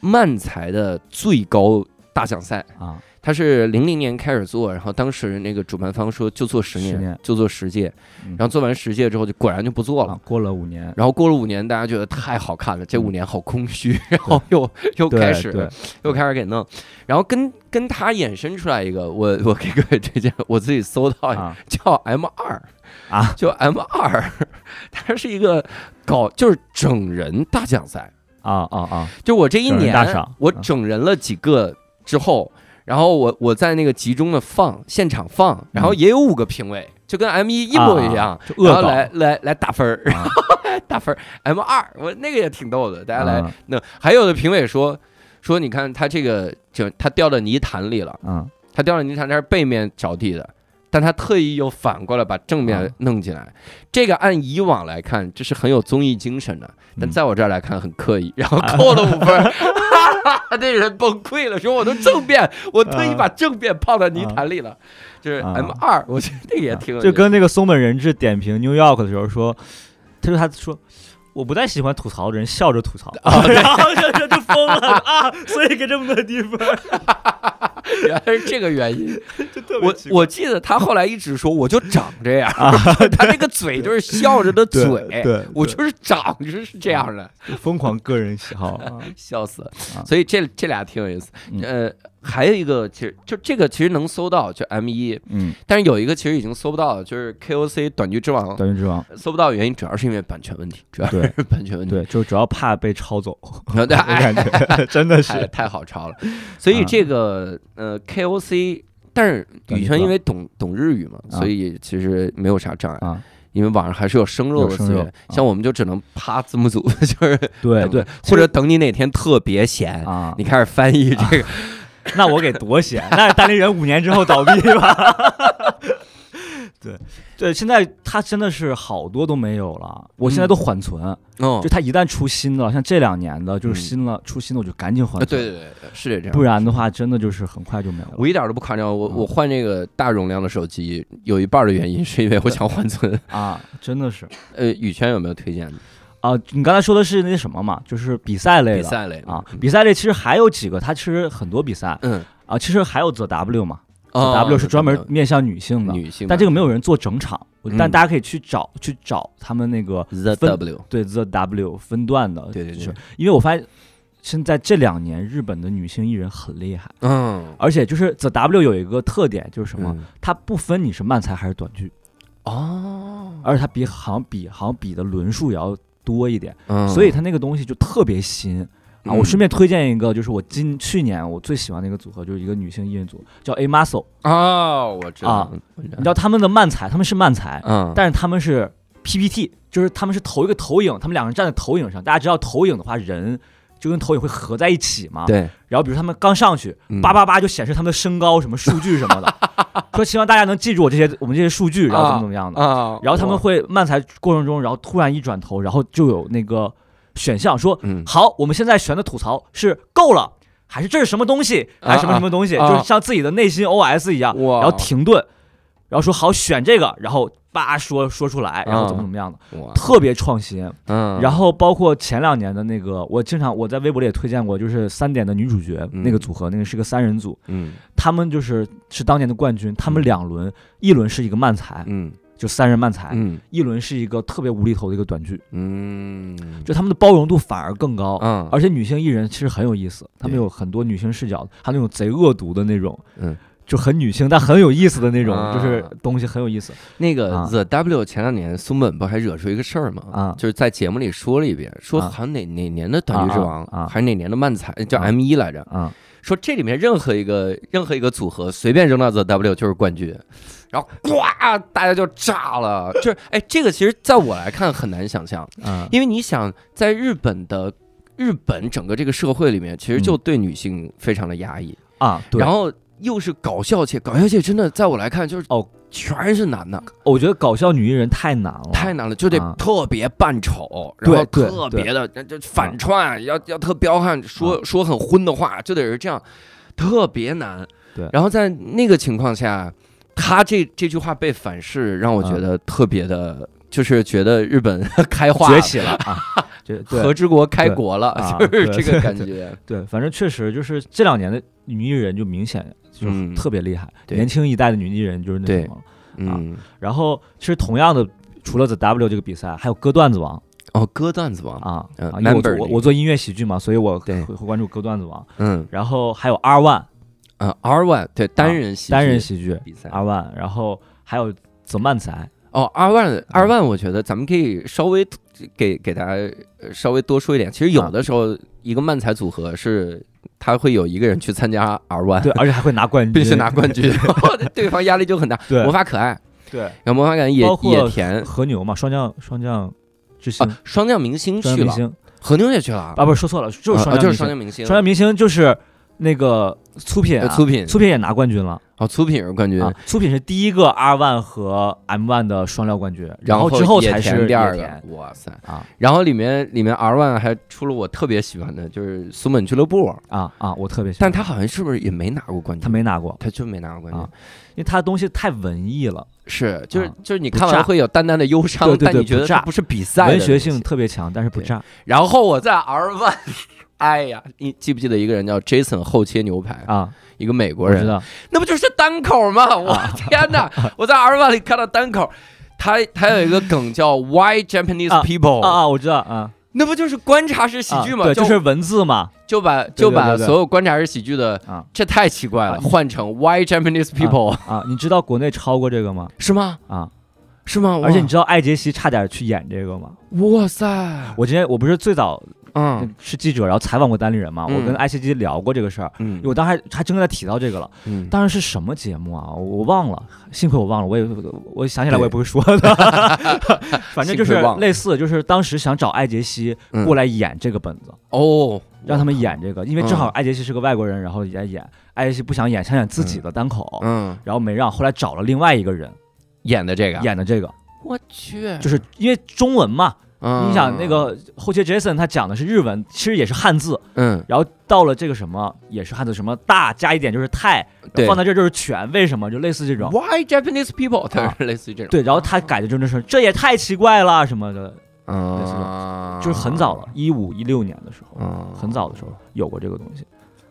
漫才的最高大奖赛，
啊，
它是零零年开始做，然后当时那个主办方说就做十
十年
就做十届，
嗯
然后做完十届之后就果然就不做了
啊。过了五年，
然后过了五年，大家觉得太好看了，这五年好空虚， 然后又又
对
开始
嗯对
又开始给弄，然后跟跟他衍生出来一个，我我给各位推荐，我自己搜到一个
啊
叫 M 二
啊，
就 M 二，它是一个搞就是整人大奖赛，
啊啊啊，
就我这一
整人
年
大赏
我
啊
整人了几个之后，然后我我在那个集中的放现场放，然后也有五个评委，就跟 M 一一模一样，
就嗯啊恶
然后
搞
来来来打分儿，
啊
大分 M 二，我那个也挺逗的，大家来、
嗯
那还有的评委说说，你看他这个就他掉到泥潭里了，
嗯
他掉到泥潭，他是背面着地的，但他特意又反过来把正面
啊
弄进来，这个按以往来看，这是很有综艺精神的，但
嗯啊
在我这儿来看很刻意，然后扣了五分儿。 那人崩溃了，说我都正面，我特意把正面泡到泥潭里了，就是
啊
M 二，我觉得那个也挺有意思
就跟那个松本人志点评 New York 的时候说，他说他说。我不太喜欢吐槽的人笑着吐槽，
哦
然后就就就疯了啊！所以给这么多地方
原来是这个原因，
就特别
我
奇怪啊
我记得他后来一直说，我就长这样， 他那个嘴就是笑着的
对
嘴，
对，
我
对
就是长就是是这样的，
就疯狂个人喜好啊
笑死了
啊。嗯
所以这这俩挺有意思。呃，还有一个其实就这个其实能搜到，就 M 一，
嗯，
但是有一个其实已经搜不到了，就是 KOC 短剧之王，
短剧之王，
搜不到的原因主要是因为版权问题，主要
对
是版权问题。 哎
对，就主要怕被抄走，
然后
我感觉真的
太
是啊
太好抄了。所以这个呃 KOC，但是
短
羽
剧
泉
之
因
王
为懂懂日语嘛，
啊
所以其实没有啥障碍。
啊，
因为网上还是有生肉的资
有生
源
肉，啊
像我们就只能啪字幕组， 就是
对
等
对，
或者等你哪天特别闲，
啊，
你开始翻译这个。
那我给多闲，那单立人五年之后倒闭吧。 对，现在它真的是好多都没有了，我现在都缓存，
哦
就，它一旦出新的，像这两年的就是
嗯
新了，出新的我就赶紧缓
呃
存，
对对对，是这样。
不然的话真的就是很快就没了。
我一点都不夸张，我
嗯
我换这个大容量的手机，有一半的原因是因为我想缓 存。
啊，真的是
呃，羽泉有没有推荐的
啊，你刚才说的是那些什么嘛，就是比赛类
比
的。
赛类的
啊，比赛类其实还有几个，它其实很多比赛
嗯
啊，其实还有 The W 嘛、
哦
t h W 是专门
等
面向女性
等
的，
女性版，
但这个没有人做整场，我
嗯
但大家可以去找去找他们那个
The
分
W，
对 The W 分段的，
对对
就是
对，
因为我发现现在这两年日本的女性艺人很厉害，
嗯，
而且就是 The W 有一个特点就是什么，
嗯？
它不分你是慢才还是短剧，
哦，
而且它比好像比好像比的轮数也要多一点，
嗯
所以它那个东西就特别新。啊，
嗯
我顺便推荐一个，就是我今去年我最喜欢的一个组合，就是一个女性艺人组，叫 A Muscle。
哦，我知道
啊，
我
你知道他们的慢才，他们是慢才，
嗯，
但是他们是 PPT，就是他们是投一个投影，他们两个人站在投影上。大家知道投影的话，人就跟投影会合在一起嘛。。
对，
然后比如他们刚上去，
啊嗯
叭叭叭就显示他们的身高、什么数据什么 的，说希望大家能记住我这些我们这些数据，然后怎么怎么样的。
啊，
然后他们
哇
会慢才过程中，然后突然一转头，然后就有那个选项说
嗯
好，我们现在选的吐槽是够了，还是这是什么东西，还是什么什么东西，
啊啊
就是像自己的内心 OS 一样，
哇
然后停顿，然后说好选这个，然后叭说说出来，然后怎么怎么样的，
哇，
特别创新。
嗯，
然后包括前两年的那个，我经常我在微博里也推荐过，就是三点的女主角
嗯
那个组合，那个是个三人组，
嗯
他们就是是当年的冠军，他们两轮，一轮是一个慢才，
嗯
就三人慢才，
嗯
一轮是一个特别无厘头的一个短剧，
嗯，
就他们的包容度反而更高。
嗯，
而且女性艺人其实很有意思，她们
对
有很多女性视角，还有那种贼恶毒的那种，
嗯，
就很女性但很有意思的那种，
啊
就是东西很有意思
那个
啊
The W 前两年松本不还惹出一个事儿吗？
啊
就是在节目里说了一遍，说
啊
好像哪哪年的短剧之王
啊啊啊
还是哪年的漫才叫
啊
M 一来着，
啊
说这里面任何一个任何一个组合随便扔到 The W 就是冠军，然后呱大家就炸了。就是哎，这个其实在我来看很难想象，
啊！
因为你想在日本的。日本整个这个社会里面，其实就对女性非常的压抑，
啊，嗯对。
然后又是搞笑界，搞笑界真的在我来看就是
哦，
全是男的，
我觉得搞笑女艺人太难了，
太难了，就得
啊
特别扮丑，
对
然后
对啊
特别的这这反串，要要特彪悍，说说很荤的话，就得是这样，特别难。
对
然后在那个情况下，他这这句话被反噬，让
啊
我觉得特别的，就是觉得日本开化
崛
了，
起 了啊！就
和
对
之国开国了
对，啊
就是
对啊
这个感觉。
对，反正确实就是这两年的女艺人就明显就是
嗯
特别厉害，
对
年轻一代的女艺人就是那
对
什么了。
嗯，
然后其实同样的，除了 The W 这个比赛，还有歌段子王
哦，歌段子王，
啊
嗯
啊，因为我
Number
做我我做音乐喜剧嘛，所以我
对
会会关注歌段子王。
嗯
然后还有 R One
啊，R One 对单人喜剧
单人喜剧
比赛
R One，然后还有泽曼 才
哦，二
嗯
万二万，我觉得咱们可以稍微给给大家呃稍微多说一点。其实
啊
有的时候，一个漫才组合是他会有一个人去参加二万，
对，而且还会拿冠军，
并且拿冠军，然后对方压力就很大。
对
魔法可爱，
对，
然后魔法感也
包括
也甜
和牛嘛，双降双降之星，
啊，双将明星
双
去
降明
了，
星
何牛也去了啊，
啊，不是说错了，就是
啊
双
就
降
是双将
明星
明星，
双江明星就是那个粗品、啊
呃，粗品
粗品也拿冠军了
哦，粗品是冠军
啊，粗品是第一个 R One 和 M One 的双料冠军，
然
后之后
野
才
田
是
第二
野
个
田，
哇塞
啊！
然后里面里面 R One 还出了我特别喜欢的，就是松本俱乐部，
啊啊，我特别喜欢，
但他好像是不是也没拿过冠军？
他没拿过，
他就没拿过冠军
啊。因为他的东西太文艺了，
是，就是
啊
就是你
不
看完
炸
会有淡淡的忧伤
对，对
但
对
你觉
不
得
炸
它不是比赛的
文学
东
性
西。
特别强，但是不炸
然后我在 R one，哎 呀，你记不记得一个人叫 Jason 后切牛排，
啊，
一个美国
我知
人，
道啊
那不就是单口吗？我天哪！ 我在 R one 里看到单口，他他有一个梗叫 Why Japanese
啊
People，、
啊啊，我知道啊，
那不就是观察式喜
啊
剧吗？
对，
就
就是文字嘛，
就把就把
对对
所有观察式喜剧的
啊
这太奇怪了，
啊
换成 Why Japanese People、
啊，你知道国内超过这个吗？
是吗？
啊，
是吗？
而且你
哇
知道艾杰西差点去演这个吗？
哇塞，
我之前我不是最早
嗯
是记者，然后采访过单立人嘛，我
嗯
跟艾杰西聊过这个事儿，
嗯
因为我当时还还真跟他提到这个了。
嗯
当时是什么节目啊？我我忘了，幸亏我忘了，我也我想起来我也不会说的， 反正就是
幸亏忘了
类似，就是当时想找艾杰西
嗯
过来演这个本子，
哦，
让他们演这个，因为正好
嗯
艾杰西是个外国人，然后也演，艾杰西不想演，想演自己的单口，
嗯
然后没让，后来找了另外一个人，
演的这个，
演的这个，
我去，
就是因为中文嘛，
嗯
你想那，个后期 Jason 他讲的是日文，其实也是汉字，
嗯，
然后到了这个什么也是汉字，什么大加一点就是太，
对
放在这儿就是全，为什么就类似这种。啊
，Why Japanese people？它是类似于这种，
对，然后他改的就是这也太奇怪了什么的，类似这
嗯，
就是很早了，，一五一六年的时候，
嗯，
很早的时候有过这个东西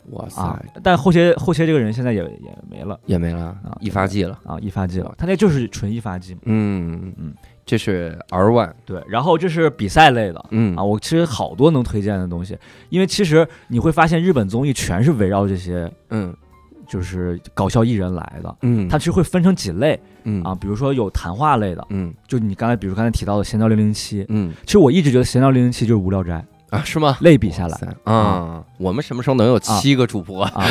哇塞，
啊。但后切后切这个人现在也也没了
也没了
啊，
一发技了，
啊，一发剂了，他那就是纯一发剂嘛。
嗯
嗯，
这是 R one，
对，然后这是比赛类的。
嗯
啊，我其实好多能推荐的东西，因为其实你会发现日本综艺全是围绕这些
嗯
就是搞笑艺人来的，
嗯，
它其实会分成几类
嗯
啊，，比如说有谈话类的，
嗯
就你刚才比如刚才提到的《闲聊零零七》，
嗯
其实我一直觉得《闲聊零零七》就是《无聊斋
啊，是吗》？
类比下来
哇塞啊，我们什么时候能有七个主播？
啊，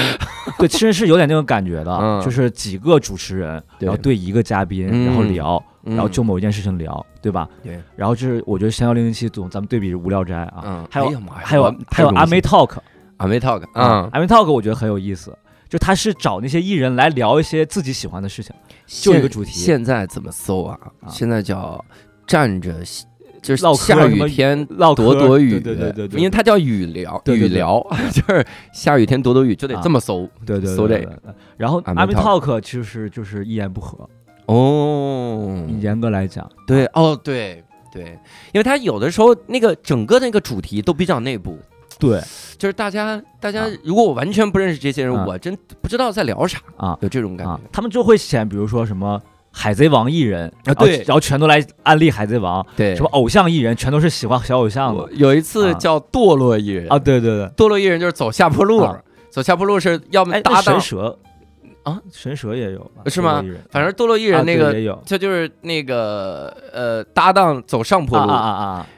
对，其实是有点那种感觉的，
嗯
就是几个主持人，
对
然后对一个嘉宾，
嗯
然后聊，
然
然后就某一件事情聊，对吧？
嗯对。
然后就是我觉得《闲聊零零七》总咱们对比《无聊斋》啊，
嗯，
还有
哎呀妈呀
还有
我
还有
太荣
阿
幸
梅 talk
阿梅 talk 啊，
阿梅 talk 我觉得很有意思。就他是找那些艺人来聊一些自己喜欢的事情，就一个
现
主题
现在怎么搜啊？
啊
现在叫站着西，就是
唠嗑
下
什
雨
么
天
唠嗑
躲躲雨，
对对对对对，
因为它叫雨聊，
对对啊
雨
对
聊 就是下雨天躲躲雨，就得这么搜
对对对
搜
对
这
对对然后
啊
阿
没
米
talk
talk 其实就是一言不合，
哦
严格来讲，
对，哦，对对，因为它有的时候那个整个那个主题都比较内部，
对
就是大家大家
啊
如果我完全不认识这些人，
啊
我真不知道在聊啥
啊
有这种感
啊
觉，，
他们就会选，比如说什么海贼王艺人，然后
对
然后全都来安利海贼王，
对，
什么偶像艺人，全都是喜欢小偶像
我
的
有一次
啊
叫堕落艺人
啊，，对对对，
堕落艺人就是走下坡路
啊，
走下坡路是要么
哎，那
搭
神
档，
蛇
啊，
神蛇也有吧
是吗
这个艺人
反正堕落艺
艺
人那个
也有
他就是那个呃搭档走上坡
啊啊
路。
啊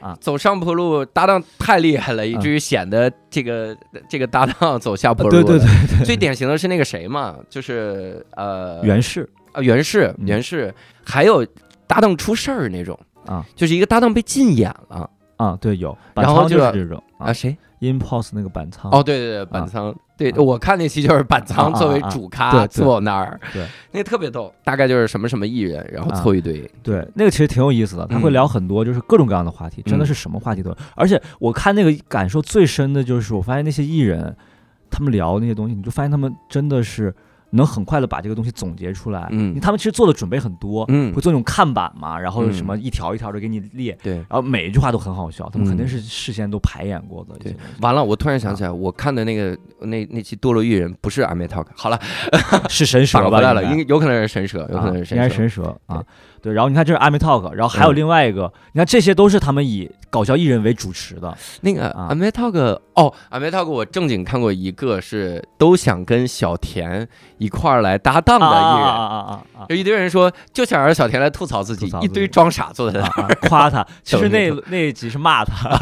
啊啊，
走上坡路搭档太厉害了，以至于显得这个这个搭档走下坡路。
对啊对对，
对，最典型的是那个谁嘛，就是呃
源氏
啊袁氏
嗯
袁氏，还有搭档出事儿那种
啊，
就是一个搭档被禁演了
啊，对有，板
然后
仓
就
就是
是
这种
啊，
啊
谁？
，impos 那个板仓
哦，对对对，板仓，对
啊
我看那期就是板仓
啊啊
作为
啊
主
对
咖
对
坐那儿，
对，
那个特别逗，大概就是什么什么艺人，然后
啊
凑一堆，
对，那个其实挺有意思的，他会
嗯
聊很多就是各种各样的话题，真
嗯
的是什么话题都有。而且我看那个感受最深的就是，我发现那些艺人他们聊那些东西，你就发现他们真的是能很快的把这个东西总结出来。
嗯
他们其实做的准备很多，
嗯
会做那种看板嘛，然后什
嗯
么一条一条的给你列，
对。
然后每一句话都很好笑，他们肯定
嗯
是事先都排演过的。
对，完了，我突然想起来，我看的那个那那期《堕落艺人》不是《阿妹 talk》，好了，
是神
反
蛇吧？
过来
应
了，
该
应有可能是神社，有可能
啊
是
应该
神
是
社。
神蛇啊，对。然后你看这是阿梅 talk，然后还有
嗯
另外一个，你看这些都是他们以搞笑艺人为主持的，
那个
啊
阿妹 talk，哦，阿妹 talk，我正经看过一个是都想跟小田一块儿来搭档的艺
啊
人，
啊啊啊啊！
有一堆人说就想让小田来吐槽自己
吐槽，自
一
己
堆装傻坐 在那
啊，夸他，其实
等那
那那集是骂他，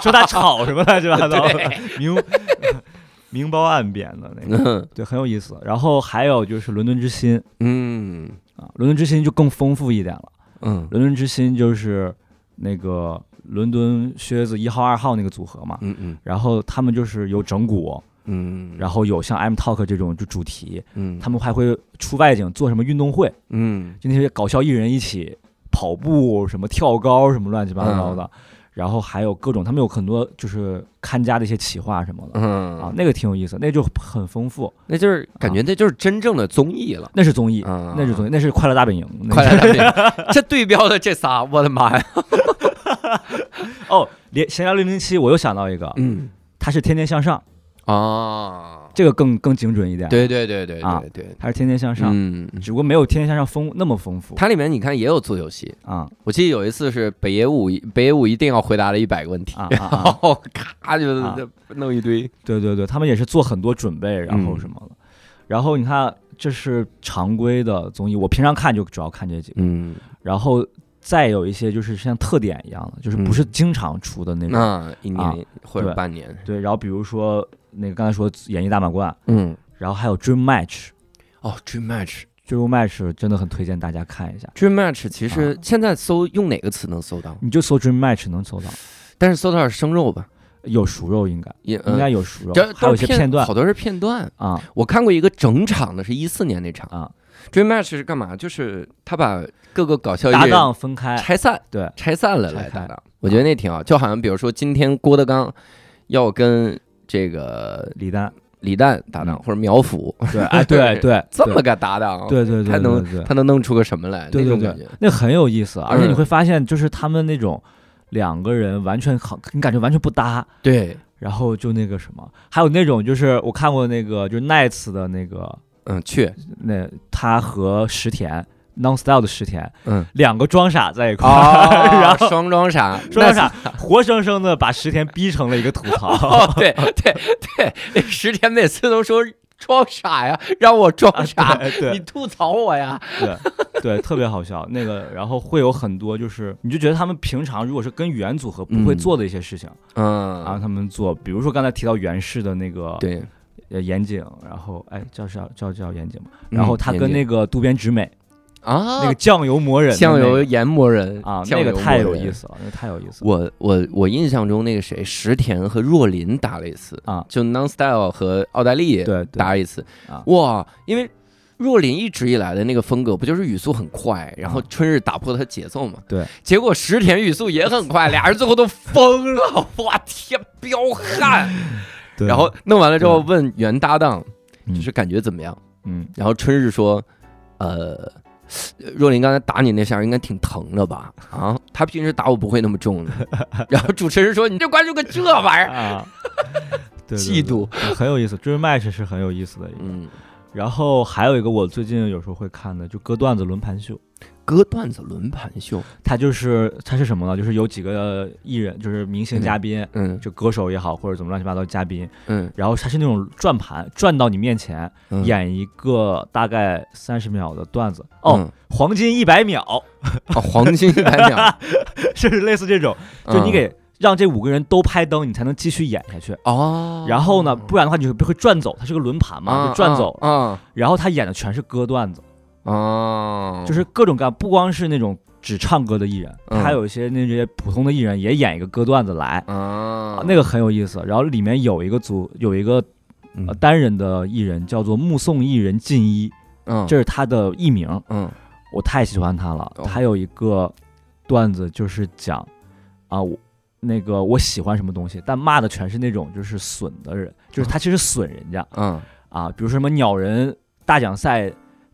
说他吵什么乱七八糟的，明明褒暗贬的那个，
儿。
对，很有意思。然后还有就是《伦敦之心》
嗯
啊，《伦敦之心》就更丰富一点了，
嗯
《伦敦之心》就是那个伦敦靴子一号、二号那个组合嘛，
嗯嗯
然后他们就是有整蛊，
嗯，
然后有像 M Talk 这种就主题，
嗯
他们还会出外景做什么运动会，
嗯
就那些搞笑艺人一起跑步、什么跳高、什么乱七八糟
嗯
的，然后还有各种他们有很多就是看家的一些企划什么的、
嗯
啊，那个挺有意思，那就很丰富，
那就是感觉那就是真正的综艺了。
那是综艺，
啊，
那是综艺，那是快乐大本营，那
嗯 快乐大本营，这对标的这仨，我的妈呀！
哦，连闲聊零零七，我又想到一个，
嗯
他是天天向上，
啊，
这个更更精准一点，，
对对对对
啊
对对，
他是天天向上，
嗯，
只不过没有天天向上丰那么丰富
它里面你看也有做游戏，
啊
我记得有一次是北野武，北野武一定要回答了一百个问题，
啊啊
然
啊！
后咔就
啊
弄一堆，
对对对，他们也是做很多准备，然后
嗯
什么的。然后你看，这是常规的综艺，我平常看就主要看这几个，
嗯，
然后再有一些就是像特点一样的，就是不是
嗯
经常出的那种。
那一
啊
年或者
对
半年，
对，然后比如说那个刚才说演绎大满贯，
嗯，
然后还有 Dream Match。
哦，Dream Match。
Dream Match 真的很推荐大家看一下，
Dream Match 其实现在搜用哪个词能搜到？
你就搜 Dream Match 能搜到，
但是搜到是生肉吧，
有熟肉应该
也
应
呃
该有熟肉
这，
还有
都
一
是
些片段
好多是片段。
啊
我看过一个整场的，是一四年那场，
啊
Dream Match 是干嘛？就是他把各个搞笑艺
搭
人
档分开，
拆散，
对，
拆散了来
拆散
搭档。我觉得那挺好，就好像比如说今天郭德纲要跟这个
李 诞，
李诞搭档，
嗯
或者苗阜
对，哎，对对，
这
对
么个搭档，
对对对，
他能
对对
他能弄出个什么来？
对
那
对
种感觉
对，那很有意思，而且
嗯
你会发现，就是他们那种两个人完全好，你感觉完全不搭。
对，
然后就那个什么，还有那种就是我看过那个就是 Nights 的那个
嗯，去
那他和石田 Nonstyle 的石田，
嗯，
两个装傻在一块儿，
啊
然，后
双装傻，
装傻活生生的把石田逼成了一个吐槽。
哦，对对对，那石田每次都说装傻呀，让我装 傻，
啊对
你
对
吐槽我呀。
对对，特别好笑。那个，然后会有很多，就是你就觉得他们平常如果是跟原组合不会
嗯
做的一些事情，然后
嗯，
啊他们做，比如说刚才提到袁氏的那个
对，
呃岩井，然后哎叫叫叫叫岩井嘛，
嗯
然后他跟那个渡边直美、那
啊
个，酱油魔人的
酱
那
油
个
研磨人
啊，
酱
那个
油
太
魔
有
人
意思了，那个太有意思了。
我我我印象中那个谁，石田和若琳打了一次
啊
就 Nonstyle 和奥黛丽
对对
打了一次
啊
哇，因为若琳一直以来的那个风格不就是语速很快，然后
啊
春日打破她节奏嘛？
对，
结果石田语速也很快，俩人最后都疯了，哇天，彪悍！
对
然后弄完了之后问原搭档，
嗯
就是感觉怎么样？
嗯，
然后春日说，呃。若琳刚才打你那下应该挺疼的吧？啊，她平时打我不会那么重的。 然后主持人说：“你这关注个这玩意儿。
啊， 对
嫉妒，
对对很有意思。追 match 是很有意思的一”个。
嗯，
然后还有一个我最近有时候会看的，就割段子轮盘秀。
割段子轮盘秀。
它就是它是什么呢？就是有几个艺人，就是明星嘉宾，
嗯
就歌手也好，或者怎么乱七八糟的嘉宾，
嗯，
然后它是那种转盘，转到你面前，
嗯
演一个大概三十秒的段子。哦，
嗯
黄金一百秒，
啊，黄金一百秒，
就是类似这种， 就你给让这五个人都拍灯，你才能继续演下去。
嗯哦，
然后呢，不然的话你就会转走，它是个轮盘嘛，
啊
就转走。
啊
然后他演的全是歌段子，
啊，
就是各种各样，不光是那种只唱歌的艺人，
嗯
还有一些那些普通的艺人也演一个歌段子来，
啊
那个很有意思。然后里面有一个组有一个呃
嗯
单人的艺人叫做目送艺人进一，
嗯
这是他的艺名，
嗯
我太喜欢他了
哦。
他有一个段子就是讲啊我。那个我喜欢什么东西，但骂的全是那种就是损的人，就是
啊
他其实损人家，
嗯
啊，比如说什么鸟人大奖赛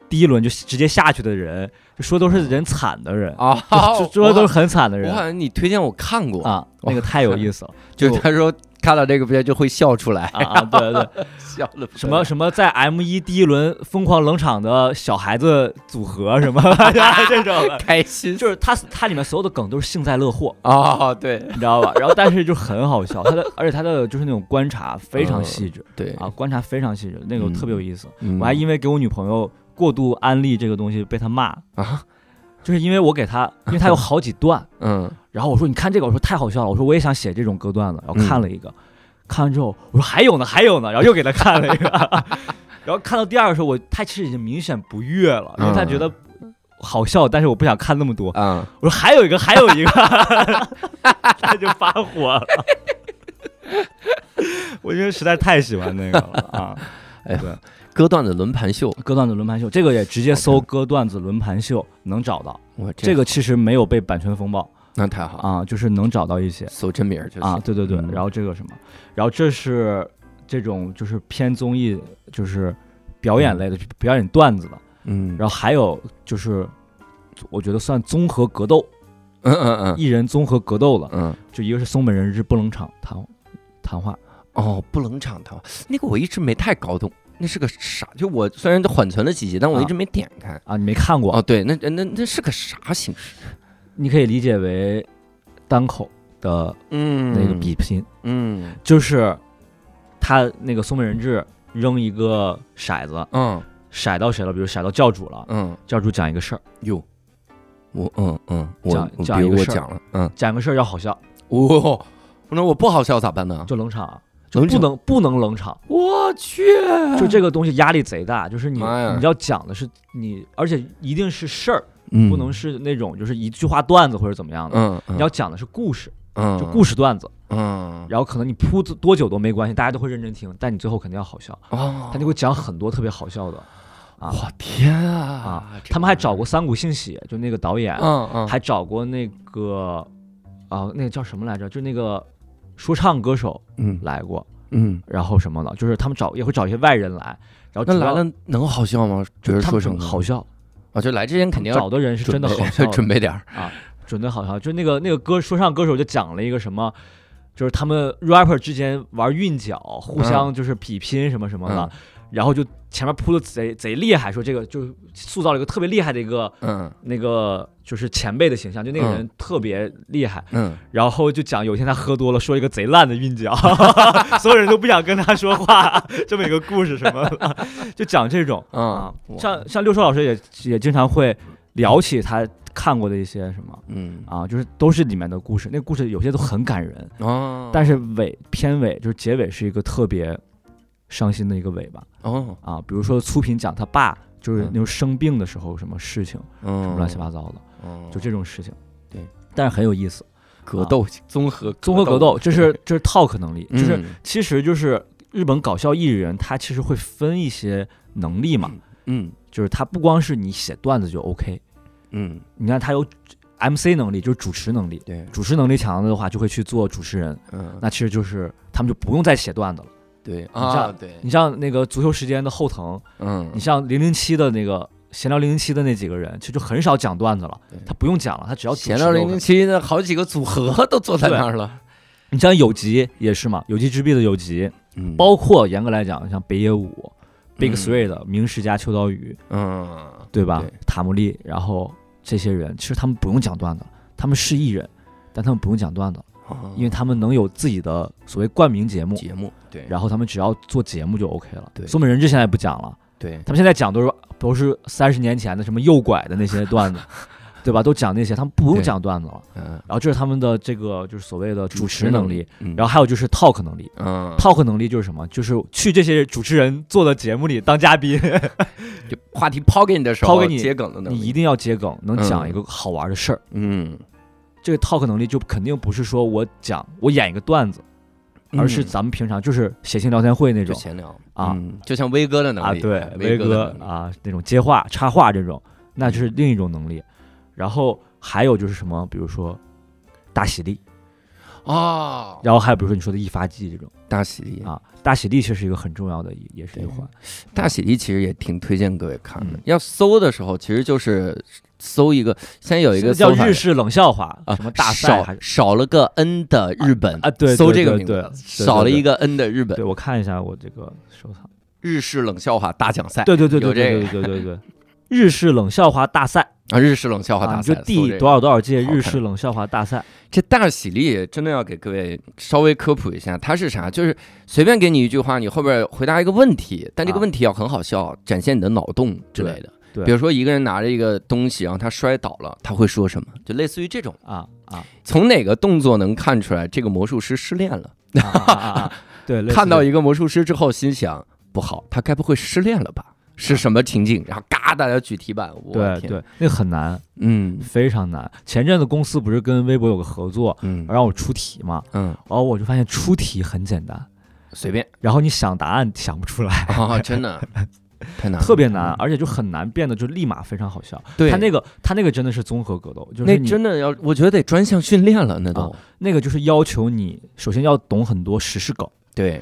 第一轮就直接下去的人，就说都是人惨的人，
啊，
就就说都
我
是很惨的
我好
人
像你推荐我看过，
啊，那个太有 意思了
就是他说看到这个片就会笑出 来，
啊啊！对对 对，
笑的
什么什么在 M 一第一轮疯狂冷场的小孩子组合什么 这种的。
开心
就是他，他里面所有的梗都是幸灾乐祸，哦
啊，对
你知道吧？然后但是就很好笑，他的而且他的就是那种观察非常细致、
对，
啊，观察非常细致，那个
嗯
特别有意思。
嗯
我还因为给我女朋友过度安利这个东西被她骂，
啊
就是因为我 给他，因为他有好几段，
嗯
然后我说你看这个，我说太好笑了，我说我也想写这种歌段子，然后
嗯
看了一个，看完之后我说还有呢，还有呢，然后又给他看了一个， 然后看到第二个时候，我他其实已经明显不悦了，因为
嗯
他觉得好笑，但是我不想看那么多，
啊
我说还有一个，还有一个， 他就发火了。我因为实在太喜欢那个了啊！
割段子轮盘秀，
歌段子轮盘秀，这个也直接搜“歌段子轮盘秀”能找到。
哇，
这个其实没有被版权风暴，
那太好了，
啊，就是能找到一些
搜真名儿就
啊，
行，
对对对
嗯，
然后这个什么，然后这是这种就是偏综艺，就是表演类的，表演段子的，
嗯
然后还有就是我觉得算综合格斗，
嗯嗯
艺人综合格斗了，
嗯嗯。
就一个是松本人之不冷场谈谈话，
哦，不冷场他那个我一直没太搞懂，那是个啥？就我虽然缓存了几集，但我一直没点开。
啊，你没看过，
哦，对，那那那是个啥形式？
你可以理解为单口的
嗯
那个比拼，
嗯
就是他那个松本人志扔一个骰子，
嗯
骰到谁了，比如骰到教主了，
嗯，
教主讲一个事儿。
哟，我嗯嗯，我
讲
我
讲
比
一
如
个
我
事儿
讲了，嗯，
讲个事儿要好笑，
哦，那我不好笑咋办呢？
就冷场啊，就
冷
不
场
能不能冷场，
我去，
就这个东西压力贼大，就是你
妈呀
你要讲的是你，而且一定是事儿，
嗯
不能是那种就是一句话段子或者怎么样的，
嗯，
你要讲的是故事，
嗯
就故事段子，
嗯
然后可能你铺子多久都没关系，大家都会认真听，但你最后肯定要好笑，
哦
他就会讲很多特别好笑的。啊。
我天啊！这
他们还找过三谷幸喜，就那个导演，
嗯嗯，
还找过那个啊，那个叫什么来着？就那个说唱歌手
嗯
来过，
嗯，
然后什么的，就是他们找也会找一些外人来，然后
那
主
来
要
了能好笑吗？觉得
他
说
们
什么
好笑，
啊？就来之前肯定要
找的人是真的
准
好
备
笑的，
准备点儿
准的好笑。就那个那个歌说唱歌手就讲了一个什么。就是他们 rapper 之间玩韵脚，互相就是比拼什么什么的，
嗯
然后就前面铺的贼贼厉害，说这个就是塑造了一个特别厉害的一个
嗯
那个就是前辈的形象，就那个人特别厉害，
嗯，
然后就讲有一天他喝多了，说一个贼烂的韵脚， 所有人都不想跟他说话， 这么一个故事什么的，就讲这种啊
啊，。
像像六叔老师也也经常会聊起他看过的一些什么
嗯
啊，就是都是里面的故事，那故事有些都很感人，
哦，
但是尾片尾就是结尾是一个特别伤心的一个尾巴
哦
啊，比如说粗品讲他爸就是那种生病的时候什么事情，什
嗯
么乱七八糟的，
哦
就这种事情，
对，
但是很有意思。
格斗综合
综合格斗，这是这是 talk 能力，就是
嗯
其实就是日本搞笑艺人，他其实会分一些能力嘛，
嗯
就是他不光是你写段子就 OK，
嗯
你看他有 MC 能力，就是主持能力，
对
主持能力强的话就会去做主持人，
嗯
那其实就是他们就不用再写段子了。
对
像
啊对
你像那个足球时间的后藤，
嗯
你像零零七的那个闲聊零零七的那几个人，其实就很少讲段子了
对，
他不用讲了，他只要主持
闲聊
就
零
OK
零七的好几个组合都坐在那儿了，
你像有吉也是嘛，有吉之壁的有吉，
嗯
包括严格来讲，像北野武、Big
嗯
Three 的明石家秋刀鱼，
嗯
对吧？
对
塔木利，然后这些人，其实他们不用讲段子，他们是艺人，但他们不用讲段子，因为他们能有自己的所谓冠名节目，
啊嗯节目对
然后他们只要做节目就 OK 了。
对
松本人志现在不讲了，
对
他们现在讲都是都是三十年前的什么右拐的那些段子，对吧？都讲那些，他们不用
对
讲段子了。
嗯
然后这是他们的这个就是所谓的主持呃能力，，
嗯
然后还有就是 talk 能力。
嗯
talk 能力就是什么？就是去这些主持人做的节目里当嘉宾，
就话题抛给你的时候
抛给你
接梗的能
你
力
一定要接梗，能讲一个好玩的事儿。
嗯，
这个 talk 能力就肯定不是说我讲我演一个段子，而是
嗯
咱们平常就是写信聊天会那
就
种
闲聊
啊，
嗯就像威哥的
啊，
能力
对，
威
威
的
哥
能力
啊那种接话插话这种，那就是另一种能力。然后还有就是什么，比如说大喜力，
哦，
然后还有比如说你说的一发技这种
大喜力
啊，大喜力其实是一个很重要的一也是一
对
环，
大喜力其实也挺推荐各位看的
嗯。
要搜的时候，其实就是搜一个，现在有一个
叫
搜法
日式冷笑话，
啊
什么大赛还
少
是
少了个 n 的日本
啊？对，
搜这
对
个
对
名
对
字，
对
少了
对
一个 n 的日本
对，我看一下我这个收藏。
日式冷笑话大奖赛
对对对对
哎有这
对
个
对对对对，日式冷笑话大赛
啊，日式冷笑话
啊，
大
你就
赛。搜
第
这
多
个
少多少届
好看
日式冷笑话大赛，
这大喜力真的要给各位稍微科普一下，它是啥？就是随便给你一句话，你后边回答一个问题，但这个
啊
问题要很好笑，展现你的脑洞之类的。
对对
比如说一个人拿着一个东西，然后他摔倒了，他会说什么？就类似于这种。
啊啊
从哪个动作能看出来这个魔术师失恋了？
啊啊啊啊！ 对，类似
看到
于
一个魔术师之后，心想不好，他该不会失恋了吧？是什么情景？然后嘎，大家举题板，我的
对
天，
对，那个很难，
嗯
非常难。前阵子公司不是跟微博有个合作，
嗯
让我出题嘛，
嗯，
然后我就发现出题很简单，
随 便
然后你想答案想不出来，
啊，真的太难了，
特别难，而且就很难变得就立马非常好笑。
对，
他那个他那个真的是综合格斗，就是
那
你
真的要，我觉得得专项训练了，那都
啊那个就是要求你首先要懂很多时事梗。
对，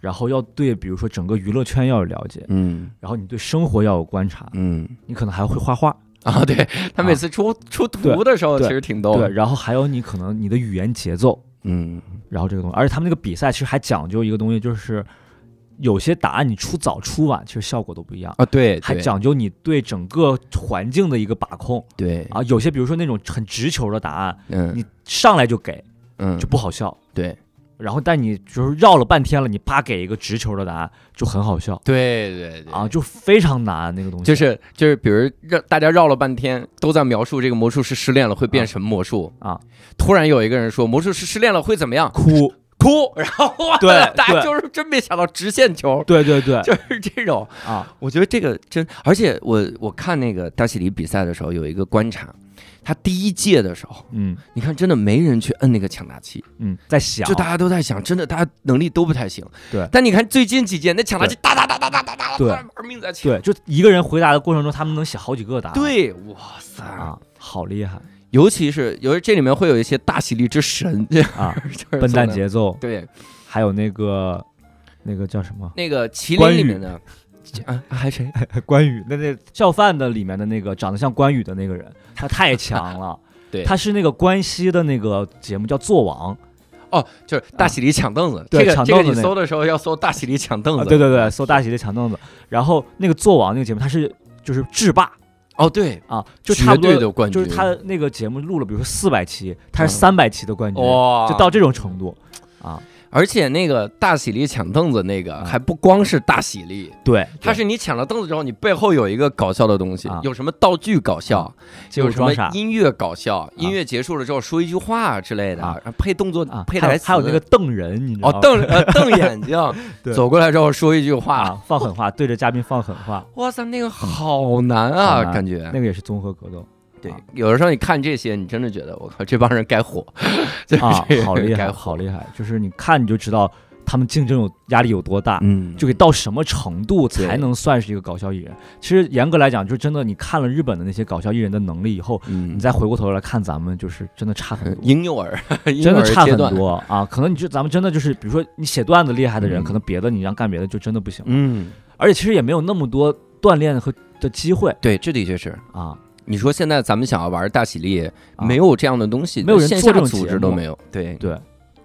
然后要对，比如说整个娱乐圈要有了解，
嗯
然后你对生活要有观察，
嗯
你可能还会画画，
啊，对他每次出出图的时候，其
对
实挺逗
对，
的，
然后还有你可能你的语言节奏，
嗯
然后这个东西，而且他们那个比赛其实还讲究一个东西，就是有些答案你出早出晚，其实效果都不一样，
啊，对，
还
对
讲究你对整个环境的一个把控
对，
啊，有些比如说那种很直球的答案，
嗯
你上来就给
嗯
就不好笑。
对
然后，但你就是绕了半天了，你啪给一个直球的答案就很好笑
对对对
啊，就非常难那个东西。
就是就是，比如让大家绕了半天，都在描述这个魔术师失恋了会变什么魔术
啊。
突然有一个人说魔术师失恋了会怎么样？
哭，
哭，然后哇，
对
大家
对
就是真没想到直线球，
对对对
就是这种。
啊，
我觉得这个真，而且我我看那个大喜里比赛的时候有一个观察，他第一届的时候，
嗯
你看真的没人去摁那个抢答器，
嗯，在想
就大家都在想，真的大家能力都不太行。
对
但你看最近几届那抢答器哒哒哒哒哒哒哒，
对
慢慢
命在抢。
对，就一个人回答的过程中，他们能写好几个答案。
对，哇塞，
啊，好厉害
尤其是尤其这里面会有一些大喜力之神，就是
啊！
就是
笨
做
蛋
的。
节奏，
对，
还有那个那个叫什 么
那个麒
关
麟里
羽
面的啊，还 谁？。
关羽，那那叫饭的里面的那个长得像关羽的那个人，他太强了
对
他是那个关西的那个节目叫《做王
哦，就是大喜力抢凳子。
对
这个
抢
这个
凳子
你
那
搜的时候要搜大喜力抢》凳
啊，
子。
对对对，搜大喜的抢凳子。然后那个《做王》那个节目，他是就是制霸
哦对，
啊，就
绝
差不多
对的冠军，
就是他那个节目录了，比如说四百期，他是
嗯
三百期的冠军，
哇，
就到这种程度。
而且那个大喜力抢凳子那个
啊
还不光是大喜力，
对，
它是你抢了凳子之后，你背后有一个搞笑的东西
啊，
有什么道具搞笑，
结
有
果
什么
装傻
音乐搞笑，音乐结束了之后说一句话之类的
啊，
配动作
啊，
配
还
台
有
词，
还有那个瞪人，你知道
哦
吗？
瞪 呃瞪眼睛
对，
走过来之后说一句话，
啊，放狠话，对着嘉宾放狠话，
哇塞，那个好难
好
啊，
难
感觉
那个也是综合格斗
对，有的时候你看这些，你真的觉得我靠，这帮人该火， 就是
啊
这，
好
人
厉
该
害，
火
好厉害！就是你看你就知道他们竞争有压力有多大，
嗯，
就得到什么程度才
对
能算是一个搞笑艺人。其实严格来讲，就真的你看了日本的那些搞笑艺人的能力以后，
嗯
你再回过头来看咱们，就是真的差很
嗯
多。
婴幼儿，婴
真
幼
的
儿
差
阶
很
段，
多啊！可能你就咱们真的就是，比如说你写段子厉害的人，
嗯
可能别的你让干别的就真的不行。
嗯，
而且其实也没有那么多锻炼和的机会
对，这的确是。
啊。
你说现在咱们想要玩大喜力，
啊
没有这啊样的东西，
没有人
线下
做这种
组
节
织都
目
没有，对，
对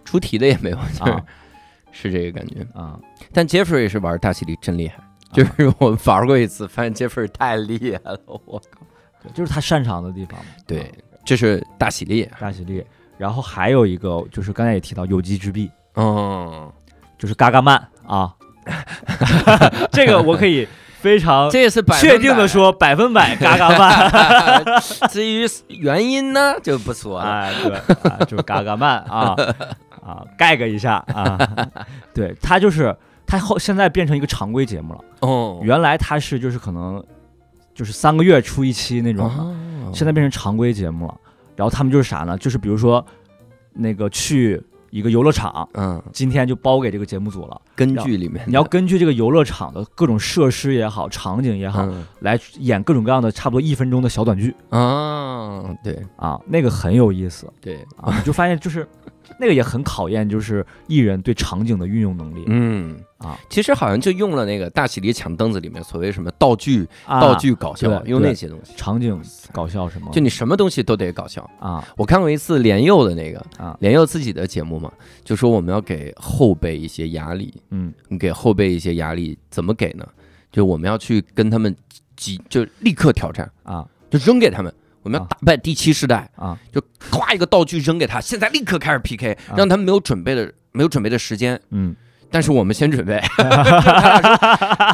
出题的也没有，就是
啊
是这个感觉。
啊，
但 Jeffrey 是玩大喜力真厉害，就是我玩过一次，发现 Jeffrey 太厉害了，我靠！
对，就是他擅长的地方嘛。啊
对，这是大喜力，
大喜力。然后还有一个就是刚才也提到有机之壁，
嗯，
就是嘎嘎曼啊， 这个我可以非常
这也是百分
确定的
百。
说百分百嘎 嘎曼，
至于原因呢，就不说了。
哎，对，啊、就是嘎嘎曼啊啊，盖个一下啊，对他就是他后现在变成一个常规节目了，
哦，
原来他是就是可能就是三个月出一期那种的，
哦
现在变成常规节目了。然后他们就是啥呢？就是比如说那个去一个游乐场，
嗯，
今天就包给这个节目组了。
根据里面
你要根据这个游乐场的各种设施也好、场景也好，
嗯
来演各种各样的差不多一分钟的小短剧
啊，对
啊，那个很有意思
对，
啊。你就发现就是那个也很考验就是艺人对场景的运用能力
嗯
啊，
其实好像就用了那个《大喜力抢凳子》里面所谓什么道具、
啊，
道具搞笑，
对
用
对
那些东西，
场景搞笑什么
就你什么东西都得搞笑。
啊
我看过一次连佑的那个
啊
连佑自己的节目嘛，就说我们要给后辈一些压力，
嗯
你给后辈一些压力怎么给呢？就我们要去跟他们急，就立刻挑战，
啊
就扔给他们。我们要
啊
打败第七世代，
啊
就夸一个道具扔给他，现在立刻开始 PK，
啊
让他们没有准备的没有准备的时间，
嗯
但是我们先准 备。就他俩说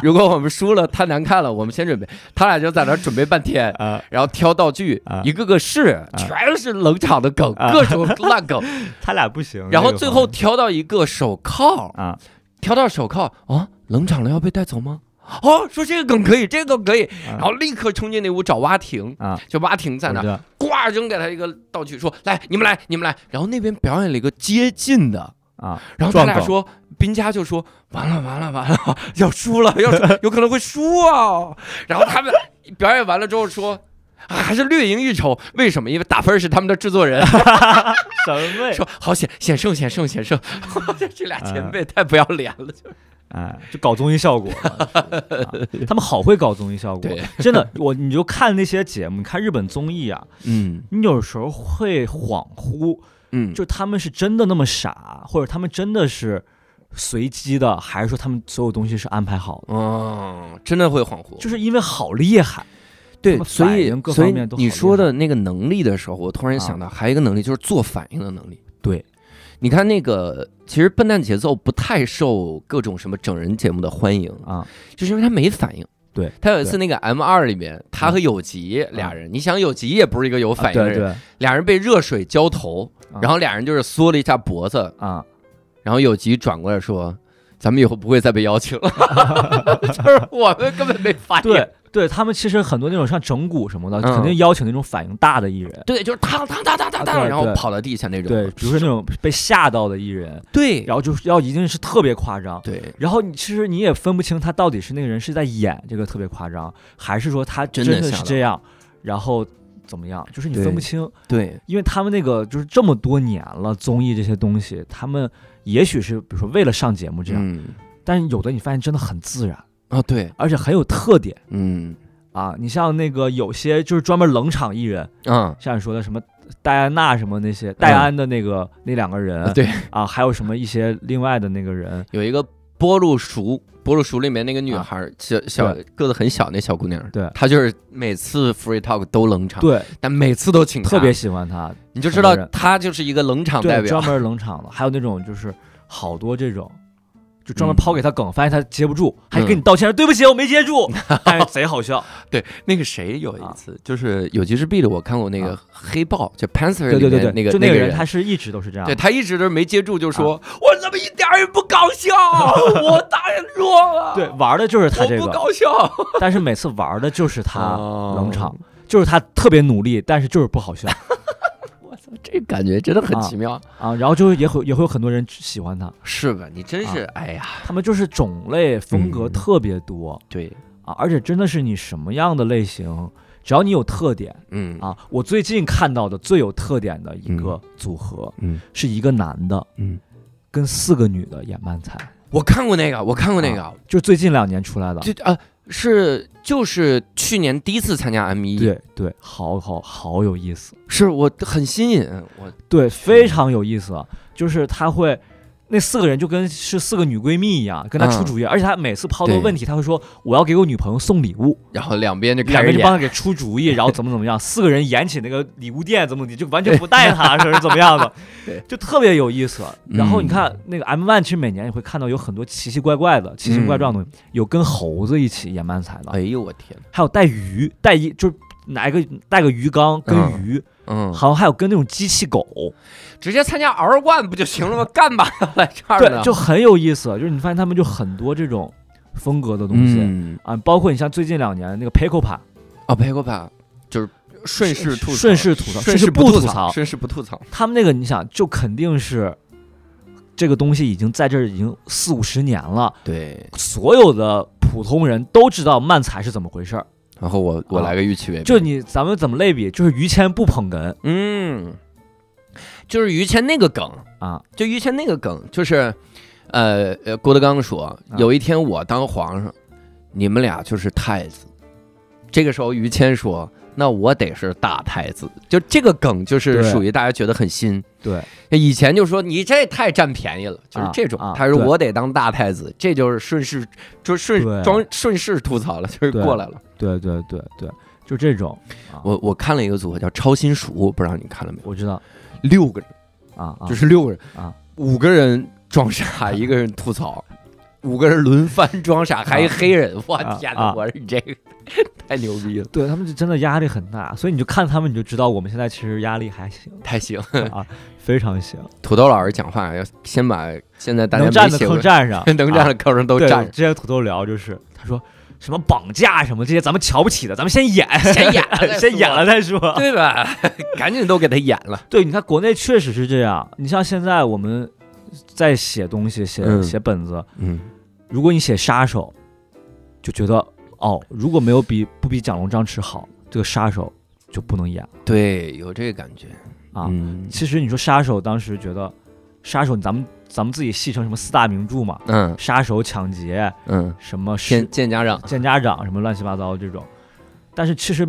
如果我们输了，太难看了，我们先准备。他俩就在那儿准备半天，
啊，
然后挑道具，
啊
一个个试，全是冷场的梗，
啊
各种烂 梗。
他俩不行
然后最后挑到一个手铐，
啊
挑到手铐啊，冷场了要被带走吗？哦，说这个梗可以，这个梗可以，然后立刻冲进那屋找蛙亭，
啊，
就蛙亭在
我
那
知
儿，
道
呱扔给他一个道具，说来你们来你们来，然后那边表演了一个接近的，
啊
然后他
撞
俩
梗
说，兵家就说完了完了完了，要输了，要输有可能会输啊。然后他们表演完了之后说。啊，还是略赢一筹，为什么？因为打分是他们的制作 人
什么呀
说好险险胜险胜险胜， 这俩前辈太不要脸了，就
哎，就搞综艺 效果了、啊他们好会搞综艺效果
对，
真的，我你就看那些节目，你看日本综艺啊，
嗯
你有时候会恍惚，
嗯
就他们是真的那么傻，或者他们真的是随机的，还是说他们所有东西是安排好的？
哦，真的会恍惚，
就是因为好厉害
对
他，们
所
反
以
应各
所以
方面都好
你
厉害
说的那个能力的时候，我突然
啊
想到还有一个能力就是做反应的能力。
对，
你看那个，其实笨蛋节奏不太受各种什么整人节目的欢迎，
啊！
就是因为他没反应。
对，
他有一次那个 M 二里面，他和有吉俩人，你想有吉也不是一个有反应的
对
人，
对
俩人被热水浇头，
啊
然后俩人就是缩了一下脖子，
啊，
然后有吉转过来 说：“咱们以后不会再被邀请了。”就是我们根本没反应。
对对他们其实很多那种像整蛊什么的，
嗯
肯定邀请那种反应大的艺人，
对，就是当当当当当当，
啊对
然后
对
跑到地下那种。
对，比如说那种被吓到的艺人，
对
然后就是要一定是特别夸张。
对，
然后你其实你也分不清他到底是那个人是在演这个特别夸张，还是说他
真
真
的
的
吓
是
到
这样，然后怎么样？就是你
对
分不清，
对，
因为他们那个就是这么多年了，综艺这些东西，他们也许是比如说为了上节目这样，
嗯，
但是有的你发现真的很自然，
啊，对，
而且很有特点
嗯，
啊。你像那个有些就是专门冷场艺人，
啊，
像你说的什么戴安娜什么那些，戴安的那个、那两个人，
对，
啊，还有什么一些另外的那个人，
有一个波路鼠，波路鼠里面那个女孩儿，小小个子很小那小姑娘，
啊对
她就是每次 free talk 都冷场，
对，
但每次都请她
特别，喜欢他，
你就知道
很多人
她就是一个冷场代
对，
表
专。门冷场的，还有那种就是好多这种。就专门
嗯
抛给他梗，发现他接不住，还
嗯
跟你道歉，对不起，我没接住，但是贼好笑。
对，那个谁有一
啊
次就是有记之壁的，我看过那个黑豹， 就 Panzer
对
里
对对
面
对，
那个
就
那
那
个
人，他是一直都是这样
对
的。
他一直都没接住，就说、
啊
我怎么一点儿也不搞 笑，我当然弱了，
对，玩的就是他这
我不
个，
搞 笑，
但是每次玩的就是他冷场
哦，
就是他特别努力，但是就是不 好笑
这感觉真的很
啊
奇妙，
啊。然后就也会也会有很多人喜欢他，
是吧？你真
啊
是，哎呀，
他们就是种类风格
嗯
特别多
对，
啊，而且真的是你什么样的类型，只要你有特点
嗯
啊。我最近看到的最有特点的一个组合
嗯
是一个男的
嗯，
跟四个女的演漫才，
我看过那个，我看过那个，
就最近两年出来的。
就啊、是就是去年第一次参加 M 一，
对对，好好好有意思。
是我很新颖，我
对，
嗯
非常有意思啊，就是他会。那四个人就跟是四个女闺蜜一样，跟他出
嗯
主意，而且他每次抛
对
的问题，他会说我要给我女朋友送礼物，
然后两边就
两
开始
个人就
演
帮他给出主意，然后怎么怎么样，四个人演起那个礼物店怎么怎么地，就完全不 带他，说是怎么样的
对，
就特别有意思。然后
嗯
你看那个 M One，其实每年你会看到有很多奇奇怪怪的、奇形怪状的东西，有跟猴子一起演漫才
嗯哎
的，
呦我天，
还有带鱼，带一就是拿一个带个鱼缸跟
嗯
鱼，
嗯，
好像还有跟那种机器狗，
直接参加 R One 不就行了吗？干嘛要来这儿呢？
对，就很有意思。就是你发现他们就很多这种风格的东西、
嗯，
啊，包括你像最近两年那个 Pickle 版，
啊，陪过吧，就是顺势吐槽，
顺势吐槽
顺势
甚至
不
不吐
槽，
槽
顺势不吐槽，
他们那个你想就肯定是这个东西已经在这儿已经四五十年了，
对。
所有的普通人都知道漫才是怎么回事儿。
然后我我
啊
来个预期违背，
就你咱们怎么类比，就是于谦不捧哏
嗯，就是于谦那个梗，
啊，
就于谦那个梗，就是，呃呃，郭德纲
啊
说，有一天我当皇上，你们俩就是太子。这个时候，于谦说：“那我得是大太子。”就这个梗，就是
对
属于大家觉得很新。
对，
以前就说你这太占便宜了，就是
啊
这种。
啊
他说
对
我得当大太子，这就是顺势就顺
对
装顺势吐槽了，就是
对
过来了。
对对对对，就这种，啊
我我看了一个组合叫超新塾，不知道你看了没有？
我知道
六个人。
啊啊，
就是六个人
啊，
五个人装 傻，一个人吐槽，五个人轮番装傻，还一黑人，我
啊
天哪！
啊
我是这 个太牛逼了，
对他们就真的压力很大，所以你就看他们你就知道我们现在其实压力还行
太行！
啊，非常行。
土豆老师讲话要先把现在大家
能站
没
的
写过，
坑站上 啊
能站的坑上都
对，
站
之前土豆聊就是，他说什么绑架什么这些咱们瞧不起的，咱们先演，
上，先演了 再说
先演了，再说。
对吧？ 赶紧都给他演了，
对，你看国内确实是这样。你像现在我们在写东西、写、
嗯
写本子，
嗯，
如果你写杀手，就觉得哦，如果没有比不比蒋龙、张弛好，这个杀手就不能演了
对，有这个感觉
啊。
嗯
其实你说杀手，当时觉得杀手咱们咱们自己戏称什么四大名著嘛，
嗯
杀手、抢劫
嗯，
什么是
见见家长，
见家长什么乱七八糟这种，但是其实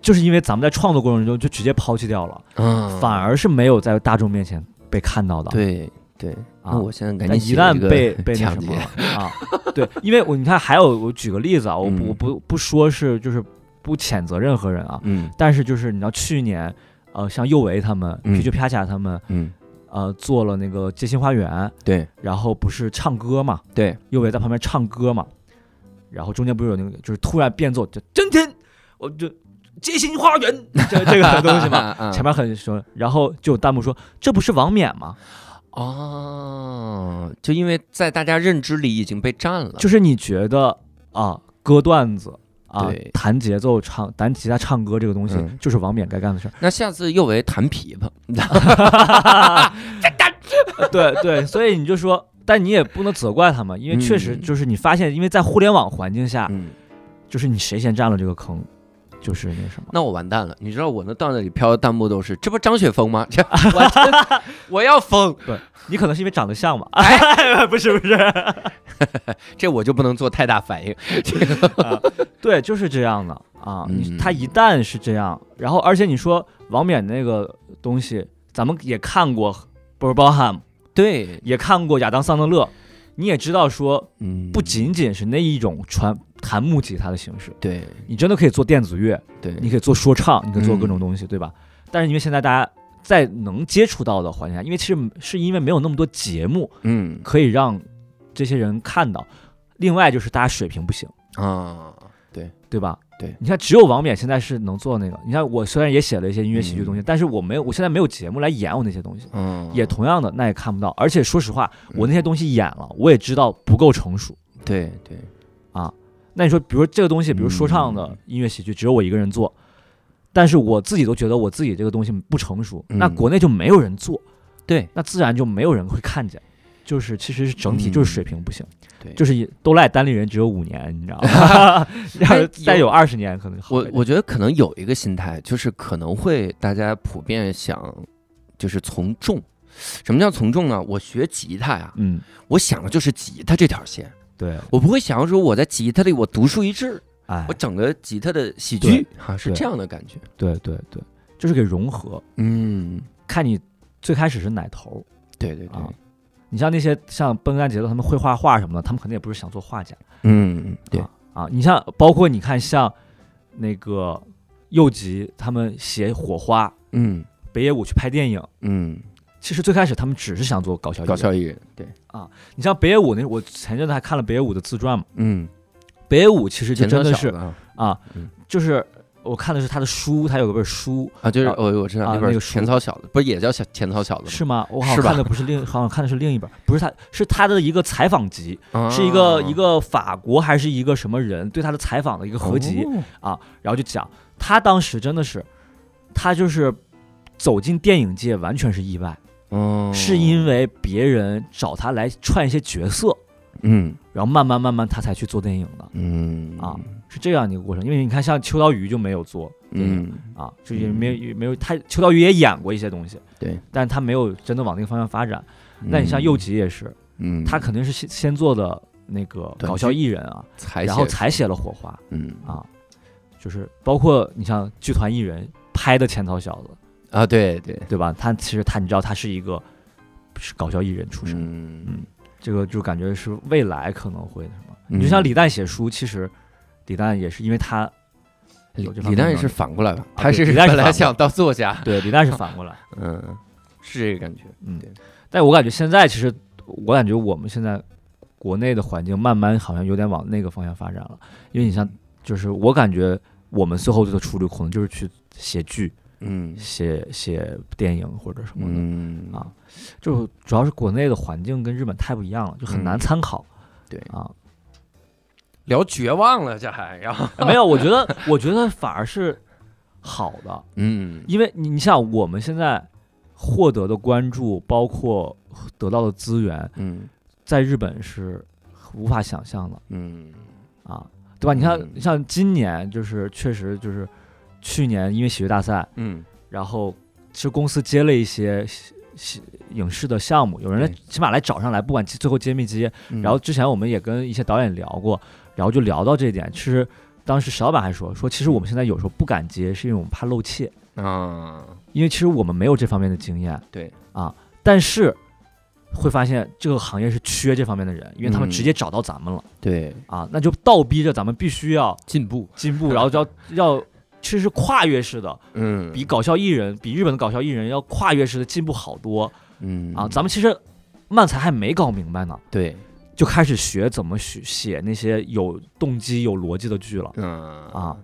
就是因为咱们在创作过程中就直接抛弃掉了，
嗯，
反而是没有在大众面前被看到的。
对对。
啊
那，我现在赶
但
紧
一
写
旦
个
被被那
抢
什
劫
么了啊，对，因为我你看还有我举个例子啊，我不
嗯
我不不说是就是不谴责任何人啊，
嗯
但是就是你知道去年呃像佑维他们、
嗯
皮皮啪恰他们
嗯，
呃做了那个街心花园，
对
然后不是唱歌嘛，
对，
右伟在旁边唱歌嘛，然后中间不是有那个，就是突然变奏，就今天我就街心花园这这个东西嘛，
嘛
前面很熟，然后就有弹幕说这不是王冕吗？
哦，就嗯因为在大家认知里已经被占了，
就是你觉得啊，割段子啊
对，
弹节奏唱，弹吉他唱歌这个东西
嗯
就是王冕该干 的事儿。
那下次又为弹琵琶，
啊对对，所以你就说，但你也不能责怪他们，因为确实
嗯
就是你发现，因为在互联网环境下，
嗯，
就是你谁先占了这个坑，就是那什么。
那我完蛋了。你知道我那到那里飘的弹幕都是这不张雪峰吗？ 这我真我要疯，
你可能是因为长得像吧？哎， 不是不是，
这我就不能做太大反应。这个
对，就是这样的啊。你
嗯
他一旦是这样，然后而且你说王冕那个东西，咱们也看过 b u r b a h a m
对，
也看过亚当桑德勒，你也知道说
嗯，
不仅仅是那一种传弹木吉他的形式，
对
你真的可以做电子乐，
对，嗯
你可以做说唱，你可以做各种东西，对吧？但是因为现在大家在能接触到的环境下，因为其实是因为没有那么多节目
嗯
可以让这些人看到，另外就是大家水平不行。
啊，
对吧？
对
你看，只有王冕现在是能做那个。你看，我虽然也写了一些音乐喜剧东西，
嗯
但是我没有，我现在没有节目来演我那些东西，
嗯，
也同样的那也看不到。而且说实话，我那
嗯
些东西演了，我也知道不够成熟。
对对，
那你说，比如这个东西，比如说唱的
嗯
音乐喜剧，只有我一个人做，但是我自己都觉得我自己这个东西不成熟，
嗯
那国内就没有人做，
对，
那自然就没有人会看见。就是其实是整体
嗯
就是水平不行，
对
就是也都赖单立人只有五年，你 知道吗？ 要是再有二十年可能就好一
哎我
点。
我觉得可能有一个心态，就是可能会大家普遍想，就是从众。什么叫从众呢？我学吉他呀，
嗯，
我想的就是吉他这条线，
对，
我不会想说我在吉他里我独树一帜，
哎
我，整个吉他的喜剧
对
啊，是
对
这样的感觉。
对对对，就是给融合，
嗯，
看你最开始是哪头
对对对
啊，。你像那些像笨蛋节奏，他们会画画什么的，他们肯定也不是想做画家
嗯对
啊，啊。你像包括你看像那个右吉他们写火花，
嗯
北野武去拍电影，
嗯，
其实最开始他们只是想做搞笑。
搞。笑艺人，对，
你像北野武那，我前阵子还看了北野武的自传嘛，
嗯，
北野武其实就
钱
真
德
的
小
是
啊
啊
嗯，
就是我看的是他的书，他有本书
啊，就是
啊
我我知道那
啊
本
那
儿
个
钱
书
草小子，不是也叫小钱草小子
是吗？我好
是
像
吧
看的不是另，好像看的是另一本，不是他，是他的一个采访集。
吗？
是一个
啊
一个法国还是一个什么人对他的采访的一个合集，
哦
然后就讲他当时真的是，他就是走进电影界完全是意外，
哦，
是因为别人找他来串一些角色，
嗯
然后慢慢慢慢他才去做电影的，
嗯
啊是这样的一个过程。因为你看像秋刀鱼就没有做电影
嗯
啊，就也没有也没有他秋刀鱼也演过一些东西，
对，
但他没有真的往那个方向发展。那你像右，吉也是，
嗯，
他肯定是先先做的那个
短
搞笑
剧
艺人啊，
才
然后
写
才写了火花。
嗯
啊，就是包括你像剧团艺人拍的钱草小子，
啊，对对，
对吧？他其实他你知道他是一个是搞笑艺人出身，
嗯
这个就感觉是未来可能会什么。
嗯
你就像李诞写书，其实李诞也是因为他
李
有这方
李
面
诞
能
是
力
反过来吧？
啊
他
对
是
李诞是
本来
反过
想当作家，
对李诞是反过来，
嗯，是这个感觉。
嗯
对。
但我感觉现在其实我感觉我们现在国内的环境慢慢好像有点往那个方向发展了，因为你像就是我感觉我们最后的出路可能就是去写剧、
嗯
写写电影或者什么的。
嗯
啊就主要是国内的环境跟日本太不一样了，就很难
嗯
参考。
对
啊，
聊绝望了，这还然后
没有，我觉得我觉得反而是好的，
嗯
因为你你像我们现在获得的关注，包括得到的资源，
嗯
在日本是无法想象的
嗯
啊，对吧？你看，
嗯
像今年就是确实就是去年因为喜剧大赛，
嗯
然后其实公司接了一些喜喜影视的项目，有人来
对
起码来找上来，不管最后接没接，
嗯，
然后之前我们也跟一些导演聊过，然后就聊到这一点。其实当时石老板还说，说其实我们现在有时候不敢接，是因为我们怕露怯，
啊，
因为其实我们没有这方面的经验。
对
啊，但是会发现这个行业是缺这方面的人，因为他们
嗯
直接找到咱们了、
对
啊，那就倒逼着咱们必须要
进步，
进步，然后就要要。其实是跨越式的，
嗯
比搞笑艺人，比日本的搞笑艺人要跨越式的进步好多
嗯
啊！咱们其实漫才还没搞明白呢，
对
就开始学怎么写写那些有动机、有逻辑的剧了
嗯
啊，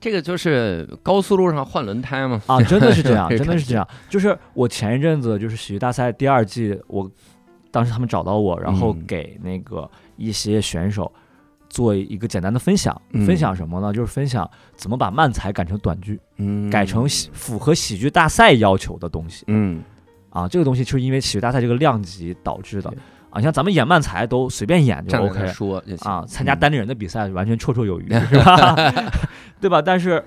这个就是高速路上换轮胎嘛，
啊！真的 是这样，
这个
真的是这样。就是我前一阵子就是喜剧大赛第二季，我当时他们找到我，然后
嗯
给那个一些选手做一个简单的分享，
嗯
分享什么呢？就是分享怎么把漫才改成短剧，
嗯
改成喜符合喜剧大赛要求的东西
嗯
啊。这个东西就是因为喜剧大赛这个量级导致的
对
啊。你像咱们演漫才都随便演就
站着嗯
OK
来说就行，
啊，参加
嗯
单立人的比赛完全绰绰有余，是吧？ 对吧？但是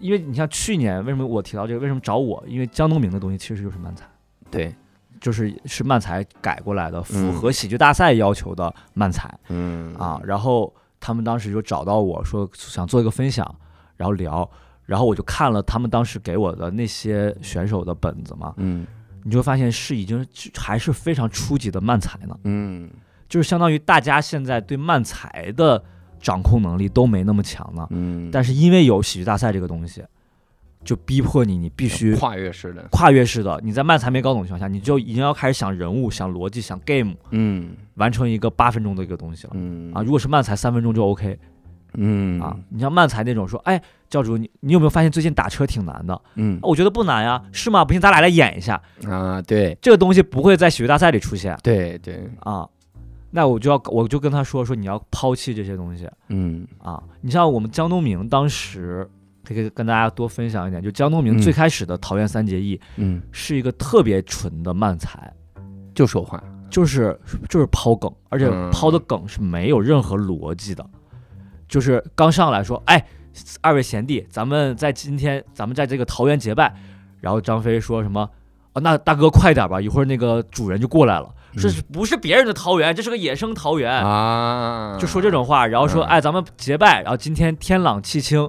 因为你像去年为什么我提到这个，为什么找我？因为江东明的东西其实就是漫才。
对，
就是是漫才改过来的，符
嗯
合喜剧大赛要求的漫才、
嗯
啊。然后他们当时就找到我说想做一个分享，然后聊，然后我就看了他们当时给我的那些选手的本子嘛，
嗯
你就会发现是已经还是非常初级的漫才呢，
嗯
就是相当于大家现在对漫才的掌控能力都没那么强呢，
嗯，
但是因为有喜剧大赛这个东西，就逼迫你，你必须
跨越式的，
跨越式的，你在漫才没搞懂的情况下，你就已经要开始想人物、想逻辑、想 game，
嗯
完成一个八分钟的一个东西了。
嗯
啊，如果是漫才三分钟就 OK
嗯
啊，你像漫才那种说，哎，教主你你有没有发现最近打车挺难的？
嗯
啊我觉得不难呀，是吗？不信咱俩来演一下，
啊，对
这个东西不会在喜剧大赛里出现
对对，
啊。那我就要我就跟他说说你要抛弃这些东西
嗯
啊。你像我们江东明当时可以跟大家多分享一点，就江东明
嗯
最开始的《桃园三结义》
嗯，
是一个特别纯的漫才。
就说话，
就是就是抛梗，而且
嗯
抛的梗是没有任何逻辑的，就是刚上来说，哎，二位贤弟，咱们在今天咱们在这个桃园结拜，然后张飞说什么？啊，那大哥快点吧，一会儿那个主人就过来了。
嗯
这是不是别人的桃园？这是个野生桃
哎
园，
啊，
就说这种话，然后说，
嗯
哎，咱们结拜，然后今天天朗气清，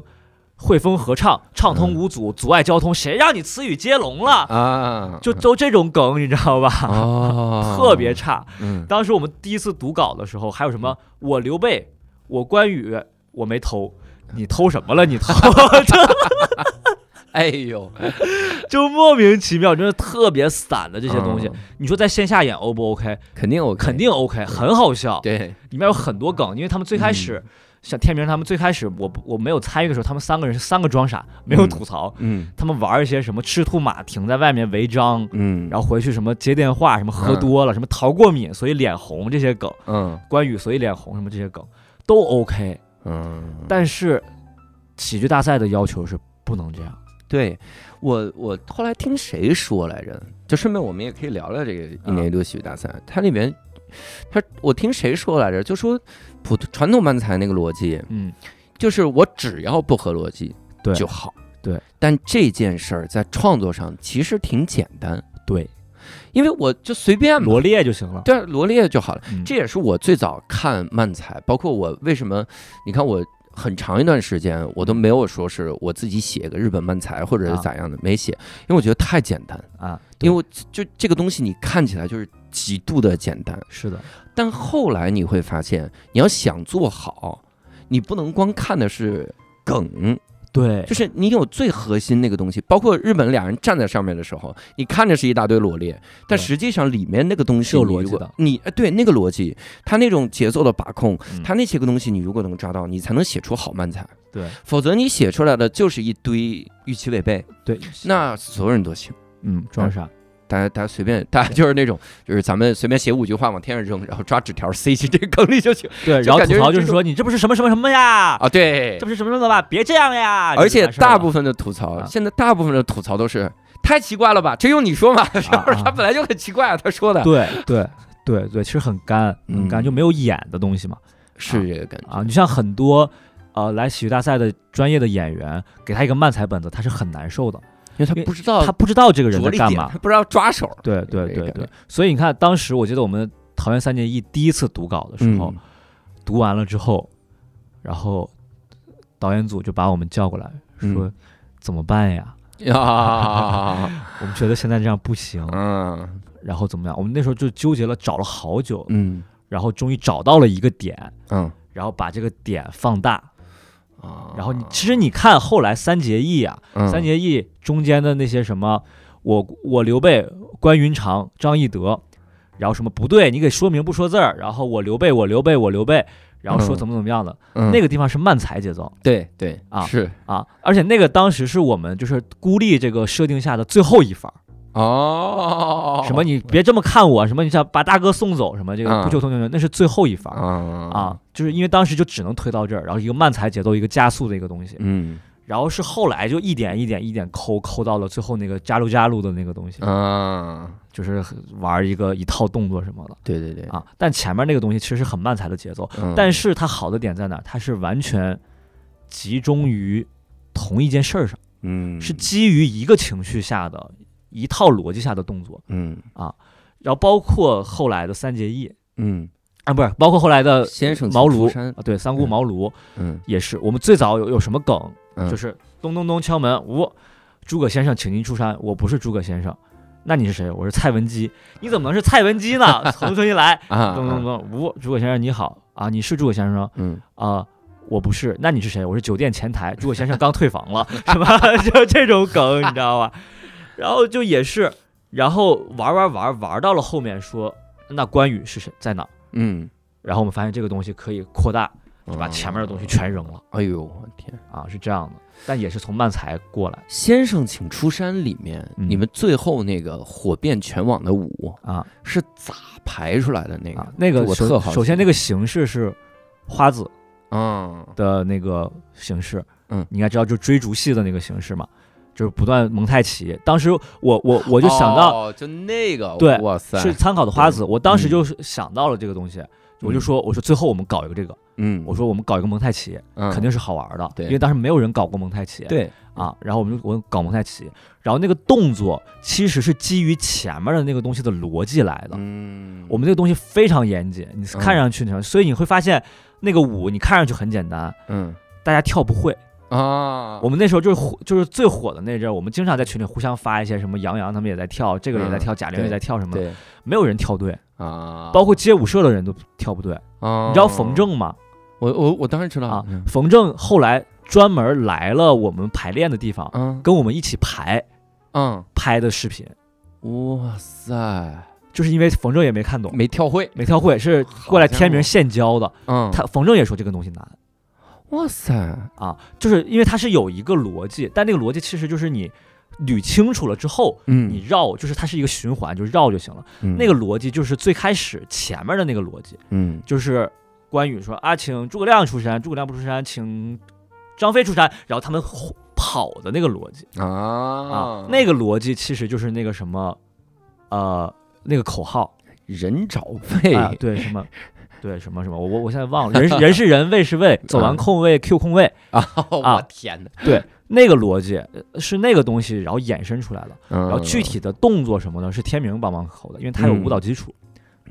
惠风合唱，畅通无阻，阻碍交通，谁让你词语接龙了？
嗯啊，
就都这种梗，你知道吧？
哦，
特别差。
嗯
当时我们第一次读稿的时候，还有什么我刘备，我关羽，我没偷，
嗯
你偷什么了？你偷，
哎呦，
就莫名其妙，真的特别散的这
这
些东西。你说在线下演 O 不 OK？
哦肯定我
肯定 OK，很好笑，
对，嗯
里面有很多梗，因为他们最开始。像天明他们最开始我不我没有参与的时候，他们三个人是三个装傻，没有
嗯
吐槽。
嗯
他们玩一些什么赤兔马停在外面违章，
嗯，
然后回去什么接电话，什么喝
嗯
多了，什么逃过敏所以脸红这些梗。
嗯
关羽所以脸红什么这些梗都 OK，
嗯，
但是喜剧大赛的要求是不能这样。
对我我后来听谁说来着？就顺便我们也可以聊聊这个一年一度喜剧大赛，
嗯
它里面。他，我听谁说来着？就说普通传统漫才那个逻辑，
嗯，
就是我只要不合逻辑
对
就好。
对，
但这件事儿在创作上其实挺简单，
对，
因为我就随便嘛
罗列就行了。
对啊罗列就好了。
嗯
这也是我最早看漫才，包括我为什么，你看我很长一段时间我都没有说是我自己写个日本漫才或者是咋样的，没写，因为我觉得太简单，
啊，
因为
为
我就这个东西你看起来就是极度的简单，
是的，
但后来你会发现，你要想做好，你不能光看的是梗，
对
就是你有最核心那个东西，包括日本俩人站在上面的时候，你看着是一大堆罗列，但
对
实际上里面那个东西
是有
你
逻
如
辑
果
的
你哎对那个逻辑，他那种节奏的把控，
嗯
他那些个东西，你如果能抓到，你才能写出好漫才。
对
否则你写出来的就是一堆预期违背，
对，
那所有人都行。
嗯装傻
大家大家随便， 大家就是那种，就是咱们随便写五句话往天上扔，然后抓纸条塞进这个坑里就行
对，
就
然后
感
吐
觉
槽
是
就是
这
说你这不是什么什么什么呀，
啊。对
这，不是什么什么吧，别这样呀。
而且大部
分
分的吐槽
啊，
现在大部分的吐槽都是太奇怪了吧？这用你说吗？ 是不是
啊
他本来就很奇怪啊？他说的
对对对对，其实很干，很干，
嗯
就没有演的东西嘛。
是这个感觉
啊，你像很多呃来喜剧大赛的专业的演员，给他一个漫才本子，他是很难受的，
因为他
因为
不知道
他不知道这个人
哦着
在
力
干
点，
嘛。
他不知道抓手。
对
这
对
个
对
感
对
觉，
所以你看，当时我记得我们《桃园三结义》第一次读稿的时候，
嗯
读完了之后，然后导演组就把我们叫过来
嗯
说：“怎么办呀？
啊，
我们觉得现在这样不行，
嗯
然后怎么样？”我们那时候就纠结了，找了好久，
嗯
然后终于找到了一个点，
嗯
然后把这个点放大，
啊
然后你其实你看后来三结义啊，
嗯
三结义中间的那些什么，我我刘备、关云长、张翼德，然后什么不对，你给说明不说字儿，然后我刘备，我刘备，我刘备，然后说
嗯
怎么怎么样的，
那
那个地方是慢才节奏
对对
啊
嗯是
啊，而且那个当时是我们就是孤立这个设定下的最后一番儿，
哦，
什么你别这么看我，什么你想把大哥送走，什么这个
嗯
不求同流合污，那是最后一发
啊
啊，就是因为当时就只能推到这儿，然后一个慢才节奏，一个加速的一个东西，
嗯
然后是后来就一点一点一点抠抠到了最后那个加入加入的那个东西，
啊，
就是玩一个一套动作什么的
对对对，
啊，但前面那个东西其实是很慢才的节奏，
嗯
但是它好的点在哪儿？它是完全集中于同一件事儿上，
嗯
是基于一个情绪下的一套逻辑下的动作，
嗯
然后包括后来的三结义
嗯
啊，不是，包括后来的
先生
茅
请出
庐
山
啊，对，三顾
嗯
茅庐
嗯
也是。我们最早有有什么梗，
嗯
就是咚咚咚敲门，我、诸葛先生，请您出山。我不是诸葛先生，那你是谁？我是蔡文姬。你怎么能是蔡文姬呢？重新来，
啊
咚咚咚，我、诸葛先生你好啊，你是诸葛先生吗
嗯
啊、我不是，那你是谁？我是酒店前台，诸葛先生刚退房了，是吧？ 就这种梗，你知道吧？然后就也是，然后玩玩玩玩到了后面说，那关羽是谁在哪儿？
嗯，
然后我们发现这个东西可以扩大，就把
哦
前面的东西全扔了
哎呦我天，
啊，是这样的。但也是从漫才过来
先生请出山里面
嗯
你们最后那个火遍全网的舞
啊
是咋排出来的那
啊
个？，
那个
我
首
特好奇
首先那个形式是花子
嗯
的那个形式，
嗯
你应该知道，就是追逐戏的那个形式嘛，就是不断蒙太奇。当时我 我我就想到
哦就那个
对
哇塞
是参考的花子，我当时
嗯
就是想到了这个东西，我就说我说最后我们搞一个这个，
嗯
我说我们搞一个蒙太奇，
嗯
肯定是好玩的，
对
因为当时没有人搞过蒙太奇，
对
啊，然后我们就我们搞蒙太奇，然后那个动作其实是基于前面的那个东西的逻辑来的，
嗯
我们这个东西非常严谨，你看上去你知道所以你会发现那个舞你看上去很简单，
嗯
大家跳不会。
啊
我们那时候就是火，就是最火的那阵儿，我们经常在群里互相发一些什么杨洋他们也在跳，这个人也在跳，贾玲
嗯
也
对
在跳什么的，
对
没有人跳对。
啊，
包括街舞社的人都跳不对。
啊
你知道冯，正吗？
我我我当然知道
啊
嗯，
冯正后来专门来了我们排练的地方，
嗯
跟我们一起排
嗯，
拍的视频，
哇塞，
就是因为冯正也没看懂，
没跳会，
没跳会，是过来天明现教的。
嗯，
他冯正也说这个东西难
哇塞，
啊，就是因为它是有一个逻辑，但那个逻辑其实就是你捋清楚了之后。
嗯
你绕就是它是一个循环，就绕就行了。那个，逻辑就是最开始前面的那个逻辑，
嗯
就是关羽说啊，请诸葛亮出山，诸葛亮不出山，请张飞出山，然后他们吼跑的那个逻辑
嗯啊
啊，那个逻辑其实就是那个什么，呃，那个口号
人找肺，
啊，对什么。对什么什么，我我我现在忘了，人是人是人，位是位，走完空位 Q 空位，
啊，
啊
我天哪，
那个逻辑呃是那个东西，然后衍生出来的。
然
然后具，体的动作什么的，是天明帮忙吼的，因为他有舞蹈基础，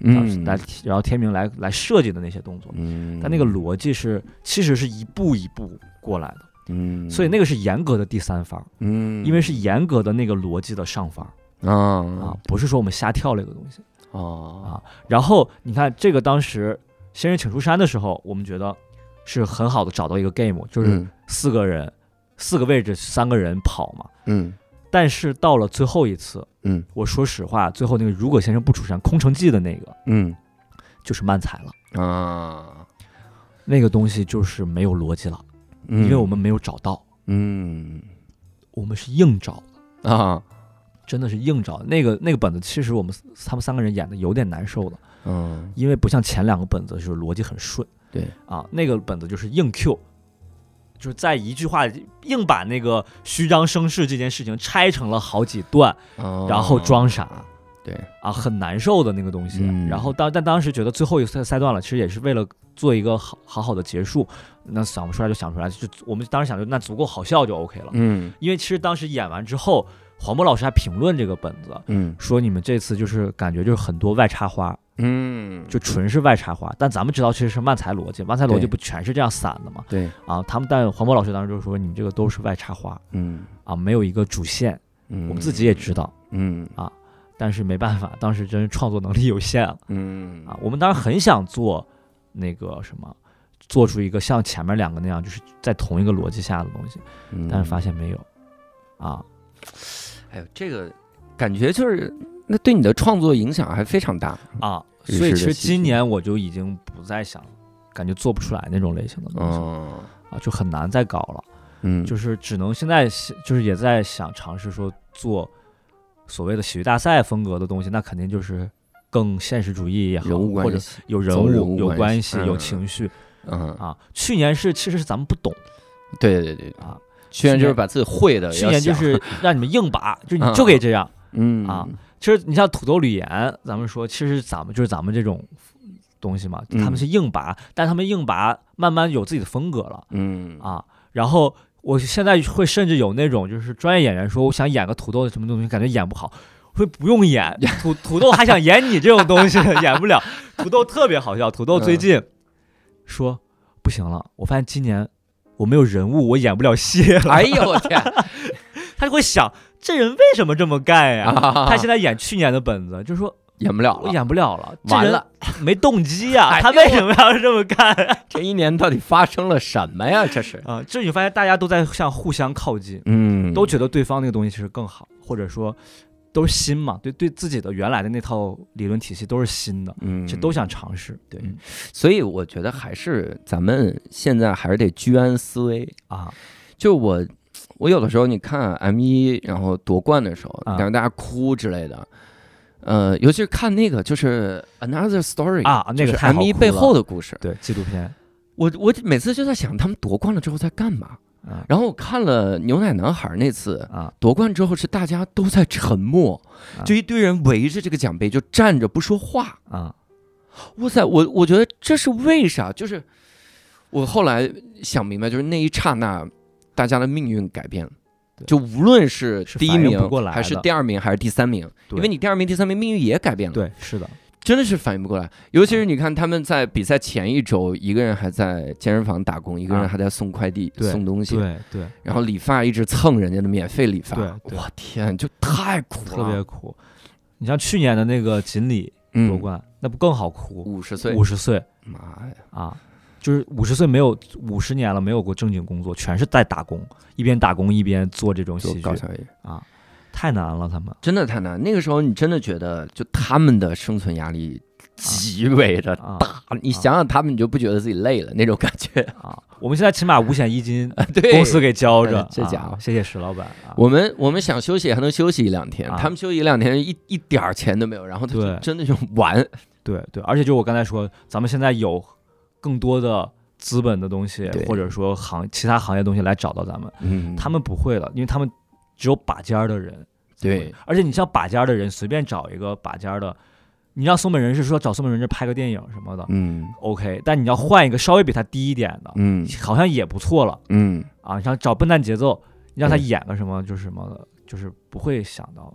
然后
嗯，
来然后天明来来设计的那些动作，
嗯，
但那个逻辑是其实是一步一步过来的。
嗯，
所以那个是严格的第三方，
嗯，
因为是严格的那个逻辑的上方
啊
啊
啊，
不是说我们瞎跳这个东西。
啊
然后你看这个当时《仙人请出山》的时候，我们觉得是很好的找到一个 game，就是
嗯
四个人、四个位置三个人跑嘛。
嗯
但是到了最后一次，
嗯，
我说实话，最后那个如果先生不出山，空城计的那个
嗯
就是慢踩了，
啊，
那个东西就是没有逻辑了，因为我们没有找到，
嗯
我们是硬找
啊
真的是硬找。那个那个本子，其实我们他们三个人演的有点难受的，
嗯
因为不像前两个本子就是逻辑很顺。
对
啊，那个本子就是硬 Q，就是在一句话里硬把那个虚张声势这件事情拆成了好几段，
啊，
然后装傻。
对
啊，很难受的那个东西。
嗯
然后当但当时觉得最后一塞塞段了，其实也是为了做一个好好好的结束。那想不出来就想不出来，就我们当时想就那足够好笑就 OK 了。
嗯
因为其实当时演完之后，黄渤老师还评论这个本子，
嗯
说你们这次就是感觉就是很多外插花，
嗯，
就纯是外插花。但咱们知道其实是漫才逻辑，漫才逻辑
对
不全是这样散的嘛？
对，
啊，他们但黄渤老师当时就说你们这个都是外插花
嗯
啊，没有一个主线。
嗯，
我们自己也知道，
嗯
但是没办法，当时真是创作能力有限啊。
嗯
啊，我们当时很想做那个什么，做出一个像前面两个那样，就是在同一个逻辑下的东西，
嗯
但是发现没有。啊，
哎呦，这个感觉就是，那对你的创作影响还非常大。
啊，
日
所以
式的
其实
喜
今
剧
年我就已经不再想，感觉做不出来那种类型的东西了。
嗯
啊，就很难再搞了，
嗯，
就是是只能现在是就是也在想尝试说做所谓的喜剧大赛风格的东西，那肯定就是更现实主义也好，
人物
或
关
者
系，
有人
走人
物、
物
有
关
关
系
系、有
嗯
情绪
嗯，
啊。去年是其实是咱们不懂
对对对，
啊，
去年就是
去年
把自己会的，
去年就，是让你们硬拔，就是你就
呃嗯
给这样。
嗯
啊，其实你像土豆吕岩，咱们说，其实咱们就是咱们这种东西嘛，他们
嗯
是硬拔，但他们硬拔慢慢有自己的风格了
嗯
啊。然后我现在会甚至有那种就是专业演员说，我想演个土豆的什么东西，感觉演不好。会不用演土土豆，还想演你这种东西， 演不了。土豆特别好笑，土豆最
嗯
近说不行了，我发现今年我没有人物，我演不了戏了。
哎呦我天，
他就会想，这人为什么这么干呀？ 他现在演去年的本子，就说
啊演不了
我
了，
演不了了，这
完
人
了，
没动机呀、
哎
他为什么要这么干
这一年到底发生了什么呀？这是，
啊？这你发现大家都在向互相靠近，
嗯
都觉得对方那个东西其实更好，或者说都是新嘛，对对自己的原来的那套理论体系都是新的，
嗯
这都想尝试。
对
嗯
所以我觉得还是咱们现在还是得居安思危。
啊，
就我，我有的时候你看 M 一然后夺冠的时候，
啊
然后大家哭之类的，呃，尤其是看那个就是 Another Story
啊那个
就是
太好
M 一
哭
背
了
后的故事。
对纪录片
我我每次就在想，他们夺冠了之后在干嘛？
啊
然后我看了牛奶男孩那次
啊
夺冠之后，是大家都在沉默
啊，
就一堆人围着这个奖杯就站着不说话。
啊
哇塞，我我觉得这是为啥？就是我后来想明白，就是那一刹那，大家的命运改变了。
对
就无论是
是
第一
反应
名
不过来
还是
的
第二名还是第三名，因
对
为你第二名、第三名命运也改变了，
对嗯是的
真的是反应不过来。尤其是你看他们在比赛前一周，一个人还在健身房打工，一个人
啊
还在送快递、
对
送东西，
对对
然后理发一直蹭人家的免费理发，
对对
我天，就太苦啊了，
特别苦。你像去年的那个锦鲤
嗯
夺冠，那不更好哭？
五十岁，
五十岁
妈呀，
啊，就是五十岁没有五十年了，没有过正经工作，全是在打工，一边打工一边做这种
就
喜剧
搞笑艺人。
啊，太难了，他们
真的太难。那个时候你真的觉得，就他们的生存压力极为的
啊
大，你想想他们，你就不觉得自己累了那种感觉。
啊，我们现在起码五险一金
对，
公司给交着
哎，这家伙
啊谢谢石老板啊，
我们我们想休息还能休息一两天，
啊
他们休息一两天一一点儿钱都没有，然后他就
对
真的就玩，
对对，而且就我刚才说，咱们现在有更多的。资本的东西
对，
或者说行其他行业的东西来找到咱们，
嗯
他们不会了，因为他们只有把尖儿的人，
对，
而且你像把尖儿的人，随便找一个把尖儿的，你让松本人士说找松本人士拍个电影什么的，
嗯
OK，但你要换一个稍微比他低一点的，
嗯
好像也不错了
嗯，
啊。你像找笨蛋节奏，你让他
对
演个什么就是什么的，就是不会想到，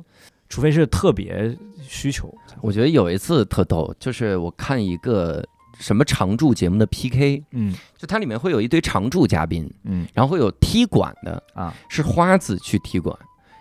除非是特别需求才会。
我觉得有一次特逗，就是我看一个什么常驻节目的 PK，
嗯
就它里面会有一堆常驻嘉宾，
嗯
然后会有踢馆的，
啊
是花子去踢馆，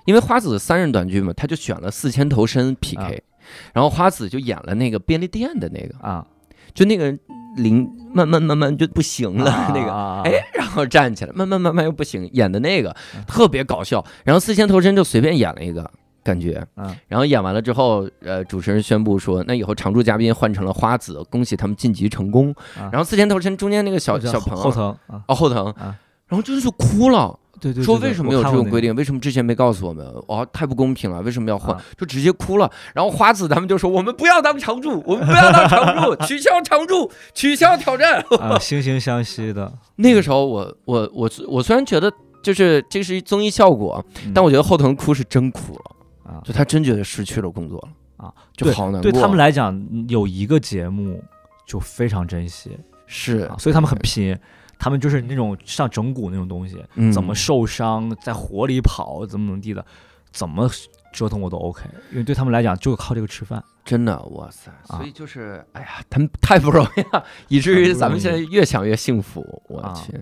因为花子三人短剧嘛，他就选了四千头身 PK，、
啊
然后花子就演了那个便利店的那个，
啊，
就那个零慢慢慢慢就不行了、
啊
那个，
啊啊
哎然后站起来慢慢慢慢又不行，演的那个
嗯
特别搞笑，然后四千头身就随便演了一个。感觉，
嗯
然后演完了之后，呃，主持人宣布说，那以后常驻嘉宾换成了花子，恭喜他们晋级成功。
啊
然后四千头身中间那个小
我知道
小朋友
后藤啊，
哦后藤，
啊
然后真的就哭了，
对对，
说
对
为什么有这种规？
对我看过那个
定？为什么之前没告诉我们？哦，太不公平了！为什么要换
啊？
就直接哭了。然后花子他们就说：“我们不要当常驻，我们不要当常驻，取消常驻，取消挑战。
啊，惺惺相惜的，”
那个时候我，我我我我虽然觉得就是这是综艺效果，
嗯
但我觉得后藤哭是真哭了，
啊，
就他真觉得失去了工作了
啊，
就好难过。
对他们来讲，有一个节目就非常珍惜
是
啊，所以他们很拼。他们就是那种像整蛊那种东西，
嗯
怎么受伤，在火里跑，怎么怎么地的，怎么折腾我都 OK，因为对他们来讲就靠这个吃饭。
真的哇塞！
啊
所以就是、哎呀，他们太不容易了，以至于咱们现在越想越幸福。我
啊
去，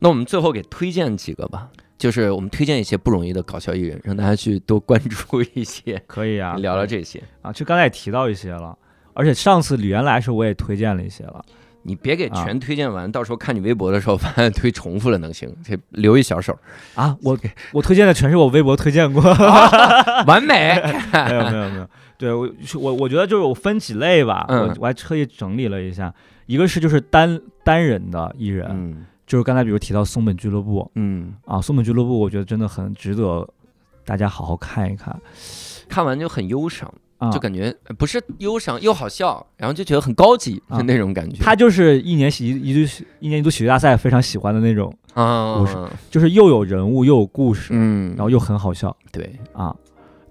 那我们最后给推荐几个吧，就是我们推荐一些不容易的搞笑艺人，让大家去多关注一些，
可以 啊，
聊聊这些。
啊，就刚才也提到一些了，而且上次李原来时候我也推荐了一些了
你别给
啊
全推荐完，到时候看你微博的时候发现推重复了能行，这留一小手，
啊，我我推荐的全是我微博 推荐过，
完美。
没有没有没有，对我是我我觉得就是我分几类吧，
嗯
我我还特意整理了一下，一个是就是单单人的艺人，
嗯
就是刚才比如提到松本俱乐部，
嗯
啊，松本俱乐部我觉得真的很值得大家好好看一看，
看完就很忧伤，
啊
就感觉呃不是忧伤又好笑，然后就觉得很高级，
啊
就那种感觉。
他就是一年喜一度一年一度喜剧大赛非常喜欢的那种，不是
啊，
就是又有人物又有故事，
嗯，
然后又很好笑
对，
啊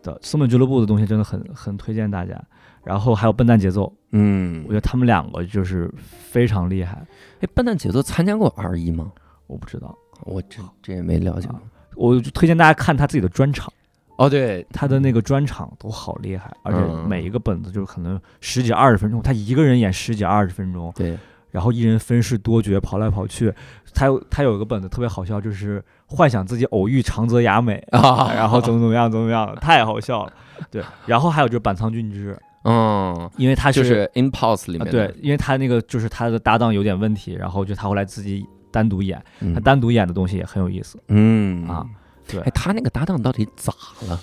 的松本俱乐部的东西真的很很推荐大家。然后还有笨蛋节奏，
嗯
我觉，得他们两个就是非常厉害。
哎，笨蛋节奏参加过 R 一吗？
我不知道，
我这这也没了解过
啊。我就推荐大家看他自己的专场，
哦，对，
他的那个专场都好厉害，而且
嗯
每一个本子就是可能十几二十分钟，他一个人演十几二十分钟，
对，
然后一人分饰多角，跑来跑去。他有他有一个本子特别好笑，就是幻想自己偶遇长泽 雅美，
啊
然后怎么怎么样怎么样，太好笑了。对，然后还有就是板仓俊之，
嗯，
因为他
就是是 Impulse 里
啊
面
对，因为他那个就是他的搭档有点问题，然后就他后来自己单独演，
嗯
他单独演的东西也很有意思。
嗯
啊，对
哎，他那个搭档到底咋了？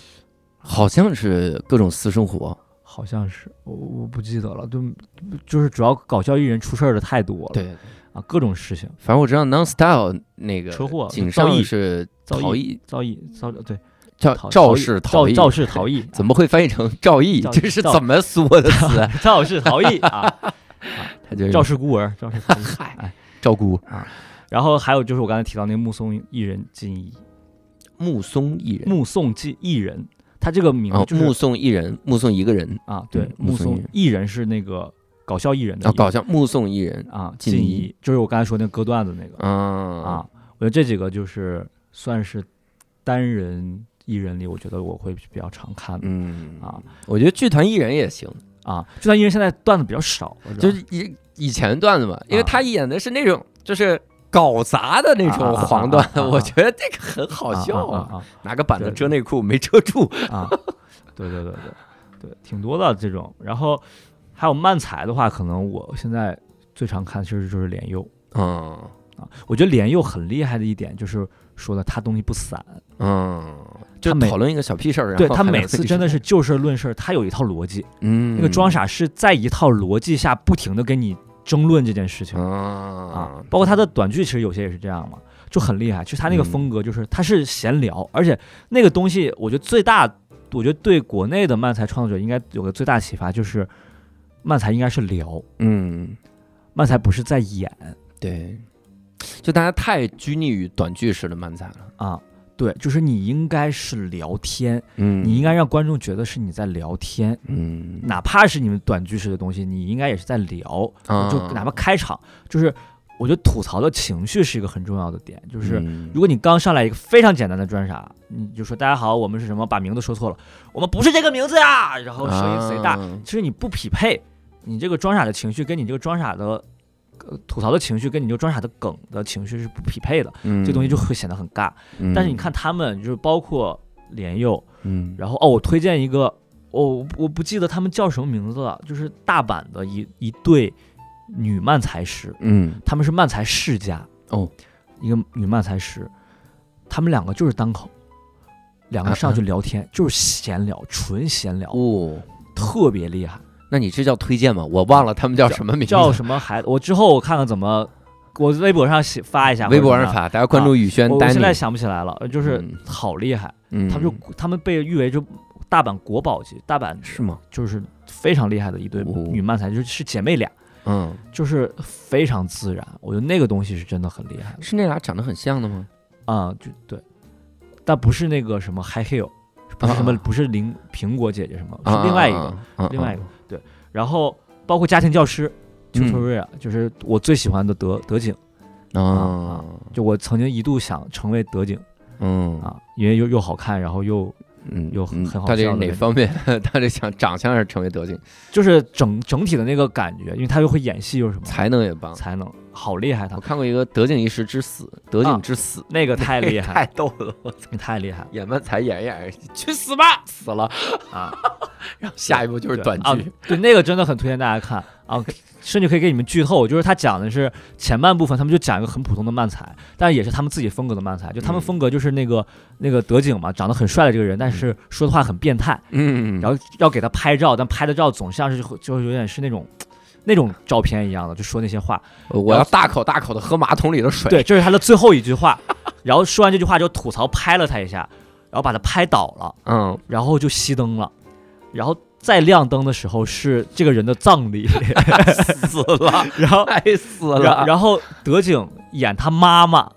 好像是各种私生活，
好像是我我不记得了，就就是主要搞笑艺人出事儿的太多了，
对，
啊，各种事情，
反正我知道 Non Style 那个
车祸嗯
井
造
上
诣
是
造
逃
诣
逸，
造诣造对
赵
逃
赵氏
赵
呃逃逸，
赵氏逃逸，啊
怎么会翻译成赵毅？
赵
这是
赵
怎么说的 词啊？
啊赵氏逃逸啊？
他就是
赵氏孤儿，赵氏逃逸。哎
嗨，赵姑
然后还有就是我刚才提到那个目送艺人进一
目送一人，
目送进艺人，他这个名字
哦，
就是
目送一人，目送一个人
啊，对
嗯，
目
目送
送
艺人
艺人是那个搞笑艺人的
啊，
艺
搞笑，目送一人
啊，
进
进
一
一就是我刚才说那个割段子那个
啊
啊
啊，，
我觉得这几个就是算是单人艺人里，我觉得我会比较常看的
嗯
啊，
我觉得剧团艺人也行，
啊，就算艺人现在段子比较少，我知道
就是以以前段子嘛，因为
啊
他演的是那种就是搞砸的那种
啊啊啊
黄段子，
啊啊啊
我觉得这个很好
啊
笑
啊啊
拿个板子
对
遮内裤没遮住，
啊啊，对对对对对，挺多的这种。然后还有漫才的话，可能我现在最常看其实就是连佑
嗯
啊，我觉得连佑很厉害的一点就是说的他东西不散，
嗯，就
他每
讨论一个小屁事儿，然
对
后
他
还
每
能
次
分
真的
析
是就事论事，他有一套逻辑，
嗯
那个装傻是在一套逻辑下不停的跟你争论这件事情。啊
啊，
包括他的短剧，其实有些也是这样嘛，就很厉害。就他那个
嗯
风格，就是他是闲聊，而且那个东西，我觉得最大，我觉得对国内的漫才创作者应该有个最大启发，就是漫才应该是聊，
嗯，
漫才不是在演
对，就大家太拘泥于短句式的漫才了，
啊。对，就是你应该是聊天，
嗯
你应该让观众觉得是你在聊天，
嗯
哪怕是你们短句式的东西，你应该也是在聊，
啊
就哪怕开场，就是我觉得吐槽的情绪是一个很重要的点，就是。
嗯
如果你刚上来一个非常简单的专傻，你就说大家好，我们是什么？把名字说错了，我们不是这个名字啊，然后声音贼大，
啊
其实你不匹配，你这个装傻的情绪跟你这个装傻的、呃吐槽的情绪跟你这个装傻的梗的情绪是不匹配的，
嗯
这东西就会显得很尬。
嗯
但是你看他们，就是包括莲佑，
嗯
然后哦，我推荐一个，哦，我我不记得他们叫什么名字了，就是大阪的一一对女漫才师，
嗯
他们是漫才世家
哦，
一个女漫才师，他们两个就是单口，两个上去聊天、就是闲聊，纯闲聊，
啊哦，
特别厉害。
那你这叫推荐吗？我忘了他们叫什么名字，
叫什么孩子？我之后我看看怎么，我微博上写发一下，
微博上
发。
发，大家关注宇轩
啊我我
丹
现
尼
在，想不起来了，就是
嗯
好厉害，
嗯
他们就他们被誉为就大阪国宝级，大阪
是吗？
就是非常厉害的一对
哦
女漫才，就是是姐妹俩，
嗯，
就是非常自然。我觉得那个东西是真的很厉害的
是那俩长得很像的吗？
啊、就对，但不是那个什么 High Heel，不是什么、
啊
不是零苹果姐姐什么，是另外一个，
啊，啊
另外一个，对。然后包括家庭教师秋
嗯
秋瑞啊，就是我最喜欢的德德景，
啊
啊
啊，
就我曾经一度想成为德景
嗯
啊，因为又又好看，然后又
嗯
有很
嗯
很好
到底
笑的
哪
那
方面？ 到底想长相还是成为德行？
就是整整体的那个感觉，因为他又会演戏又什么
才能也棒。
才能好厉害他
我，看过一个《德景一时之死》，德
啊
景之死，
那个太厉害，
太逗了！我操，
太厉害了
演完才演一 演，去死吧，死了。
啊！
然后下一步 就是
对
短剧
啊，对，那个真的很推荐大家看啊，甚至可以 给你们剧透，就是他讲的是前半部分，他们就讲一个很普通的漫才，但也是他们自己风格的漫才，就他们
嗯
风格就是那个、那个德景嘛，长得很帅的这个人，但是说的话很变态，
嗯，
然后要给他拍照，但拍的照总像是就是有点是那种。那种照片一样的，就说那些话，
后我要大口大口的喝马桶里的水。
对，，这是他的最后一句话。然后说完这句话就吐槽拍了他一下，然后把他拍倒了，
嗯，
然后就熄灯了。然后再亮灯的时候是这个人的葬 礼，
死了，
然后
爱死
然
了。
然后德景演他妈 妈，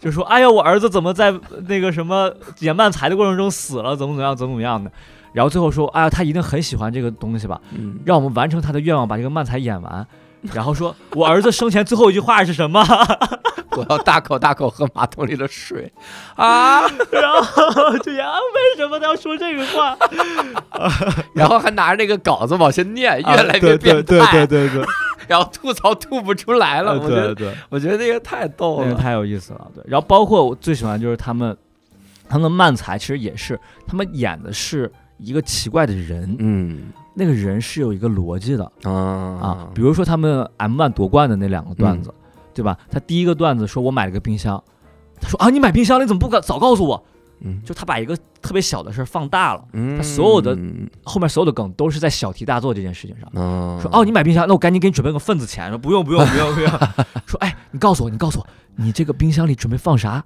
就说：“哎呀，我儿子怎么在那个什么演漫才的过程中死了？怎么怎么样，怎么怎么样的？”然后最后说：“哎呀，他一定很喜欢这个东西吧？
嗯
让我们完成他的愿望，把这个漫才演完。”然后说：“我儿子生前最后一句话是什么？”
我要大口大口喝马桶里的水啊，
然后就演啊，为什么他要说这个 话？
然后还拿着那个稿子往下念，
啊
越来越
对对
变
对对
态，
对对，
然后吐槽吐不出来了。我觉
对
得，
对，
我觉得那个太逗
哦那个
了。
太有意思啊了，对。然后包括我最喜欢就是他们，他们的漫才其实也是他们演的是一个奇怪的人，
嗯
那个人是有一个逻辑的。
啊
啊，嗯比如说他们 M one 夺冠的那两个段子，对吧？他第一个段子说我买了个冰箱，他说啊你买冰箱了你怎么不告早告诉我？
嗯
就他把一个特别小的事儿放大了，
嗯
他所有的
嗯
后面所有的梗都是在小题大做这件事情上。
啊
说哦，你买冰箱，那我赶紧给你准备个份子钱。说不用不用不用不用。 说哎，你告诉我，你告诉我，你这个冰箱里准备放啥？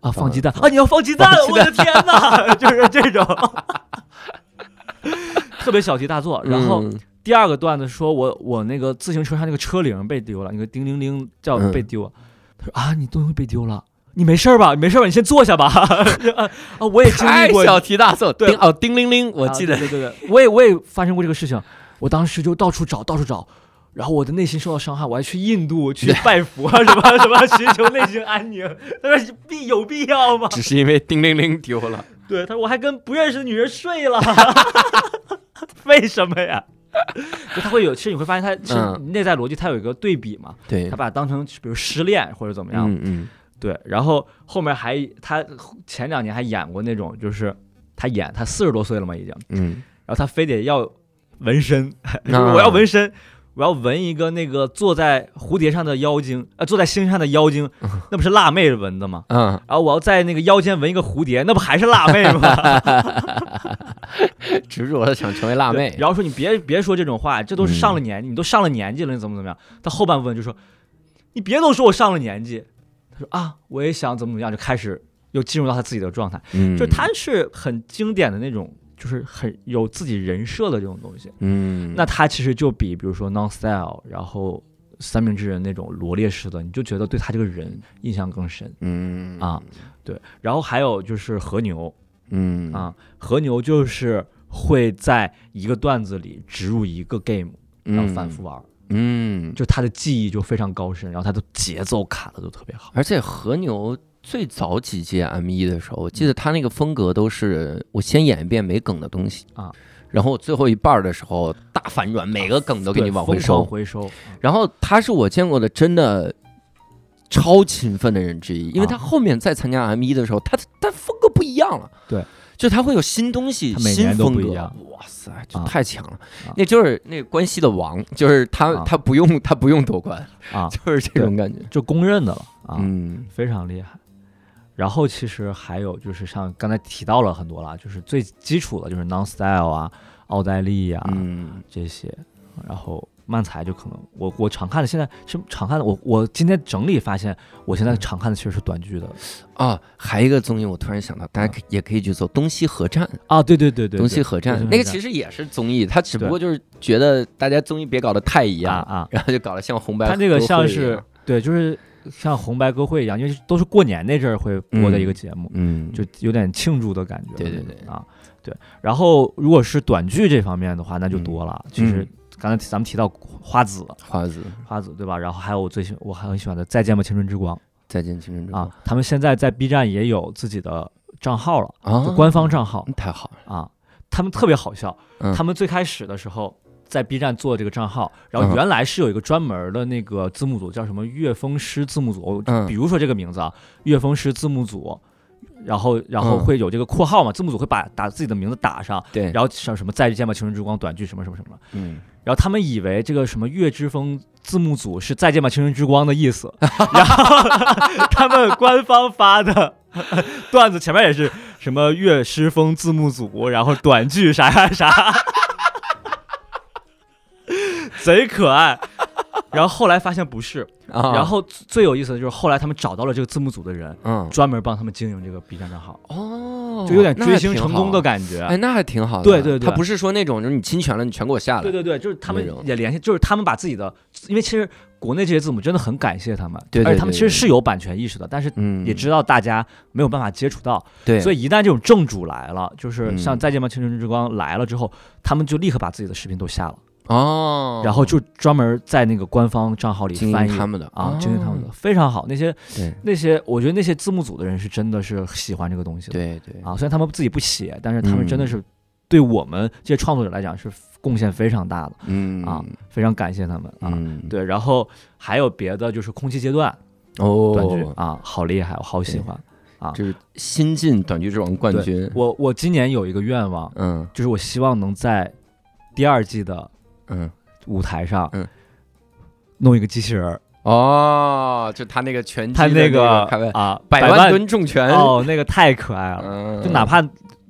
啊，放鸡蛋啊！你要放鸡蛋，我的天哪！ 就是这种，特别小题大做。哦然后
嗯
第二个段子说我我那个自行车上那个车铃被丢了，那个叮铃铃叫
嗯
被丢了。他说啊，你东西被丢了，你没事儿吧？你没事儿吧？你先坐下吧。 啊啊，我也经
太
历过，
小题大做，
对
叮哦叮铃铃，我
啊
记得
对对对对，我也我也发生过这个事情，我当时就到处找，到处找。然后我的内心受到伤害，我还去印度去拜佛啊，什么什么 寻求内心安宁。他说必有必要吗？
只是因为叮铃铃丢了。
对，他说我还跟不认识的女人睡了， 为什么呀？就他会有，其实你会发现他是
嗯
内在逻辑，他有一个对比嘛，
对
他，把它当成比如失恋或者怎么样。
嗯嗯
对，然后后面还他前两年还演过那种，就是他演他四十多岁了嘛已经，
嗯，
然后他非得要纹身， 就是
啊
我要纹身，我要纹一个那个坐在蝴蝶上的妖精，呃，坐在星上的妖 精，那不是辣妹纹的吗？
嗯，
然后我要在那个腰间纹一个蝴蝶，那不还是辣妹吗？
执着的想成为 辣妹嗯
对， 然后说你别别说这种话，这都是上了年纪，你都上了年纪了，你怎么怎么样？他后半部分就说，你别都说我上了年纪。他说啊，我也想怎么怎么样，就开始又进入到他自己的状态，
嗯
就是他，是很经典的那种，就是很有自己人设的这种东西。
嗯，
那他其实就比比如说 Non Style，然后三明治人那种罗列式的，你就觉得对他这个人印象更深。
嗯
啊，对，然后还有就是和牛
嗯
啊，和牛就是会在一个段子里植入一个 game，然后反复，玩儿，
嗯，
就他的技艺就非常高深，然后他的节奏卡的都特别好。
而且和牛。最早几届 M 一的时候，我
嗯
记得他那个风格都是我先演一遍没梗的东西
啊，
然后最后一半儿的时候大反转，每个梗都给
对
你往回
疯狂
收，
回收，嗯
然后他是我见过的真的超勤奋的人之一，
啊
因为他后面再参加 M 一的时候，他他风格不一样了。
对，
就他会有新东西、
他每
新
年都
风
不
格
一样。
哇塞，这
啊
太强了！
啊
那就是那个关系的王，就是他，
啊
他不用 他不用夺冠，
啊，
就是这种感觉。
就公认的了啊。
嗯
非常厉害。然后其实还有就是像刚才提到了很多啦，就是最基础的就是 Non Style 啊、奥黛丽啊、
嗯
这些，然后漫才就可能我我常看的现在是常看的，我我今天整理发现，我现在
嗯
常看的其实是短剧的
啊，还有一个综艺，我突然想到，大家可也可以去做《东西合战》。
啊，对对对啊对，
东西合战
东西合
那个
战
其实也是综艺，他只不过就是觉得大家综艺别搞得太一
啊
样，
啊，
然后就搞得像红白
它
歌会
这
一样。
个像是对，就是像红白歌会一样，因为都是过年那阵儿会播的一个节目，
嗯，
就有点庆祝的感觉了。
对对对
啊，对。然后如果是短剧这方面的话，那就多了。其实
嗯
刚才咱们提到花子，
花子。
花子对吧？然后还有我最喜我还很喜欢的《再见吧青春之光
再见青春》之光
啊，他们现在在 B 站也有自己的账号了，
啊
就官方账号
嗯太好了，
啊。他们特别好笑，
嗯
他们最开始的时候。在 B 站做这个账号，然后
嗯
原来是有一个专门的那个字幕组，叫什么“乐风师”字幕组，我
嗯
比如说这个名字啊，乐风师字幕组，然后然后
嗯
会有这个括号嘛，字幕组会把打自己的名字打上，
对，
然后像什么再见吧青春之光短剧什么什么什么，
嗯，
然后他们以为这个什么月之风字幕组是再见吧青春之光的意思， 然后他们官方发的段子前面也是什么月之风字幕组，然后短剧啥啥啥， 贼可爱。然后后来发现不是，
啊
然后最最有意思的就是后来他们找到了这个字幕组的人，
嗯
专门帮他们经营这个 B 站账号。
哦，哦
就有点追星
那还挺
成功的
好
感觉。
哎，那还挺好的。
对对对
他不是说那种就是你侵权了，你全给我下来。
对对对，就是他们
那种
也联系，就是他们把自己的，因为其实国内这些字母真的很感谢他们，
对对
而且他们
对
其实
对
是有版权意识的，但是
嗯，
也知道大家没有办法接触到，
对，
所以一旦这种正主来了，就是像
嗯
《再见吧青春之光》来了之后，他们就立刻把自己的视频都下了，
哦，
然后就专门在那个官方账号里
经
翻
营
译
他们的
啊，经营他们
哦
的非常好。那些
对
那些，我觉得那些字幕组的人是真的是喜欢这个东西的
对对
啊，虽然他们自己不写，但是他们真的
嗯
是对我们这些创作者来讲是贡献非常大的，
嗯
啊非常感谢他们啊。
嗯，
对，然后还有别的就是空气阶段短剧
哦，
啊，好厉害，我好喜
对
欢。
就是新晋短剧之王冠军。
我我今年有一个愿望，
嗯
就是我希望能在第二季的
嗯，
舞台上，
嗯
弄一个机器人儿，
哦，就他那个拳击
他
的那
个
开外
啊，
百
万
万吨重拳，
哦，那个太可爱了，
嗯，
就哪怕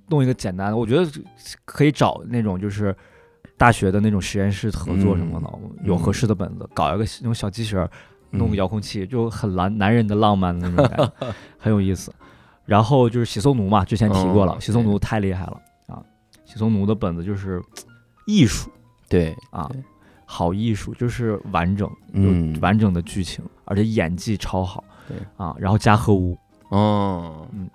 弄一个简单的，我觉得可以找那种就是大学的那种实验室合作什么的，
嗯
有合适的本子，搞一个那种小机器人儿，弄个遥控器，就很男男人的浪漫的那种感觉，很有意思。然后就是喜松奴嘛，之前提过了，
嗯
喜松奴太厉害了啊！喜松奴的本子就是艺术，
嗯对，
啊
对，
好艺术就是完整，
嗯
有完整的剧情，而且演技超好，
对
啊，然后加贺屋，
哦
嗯，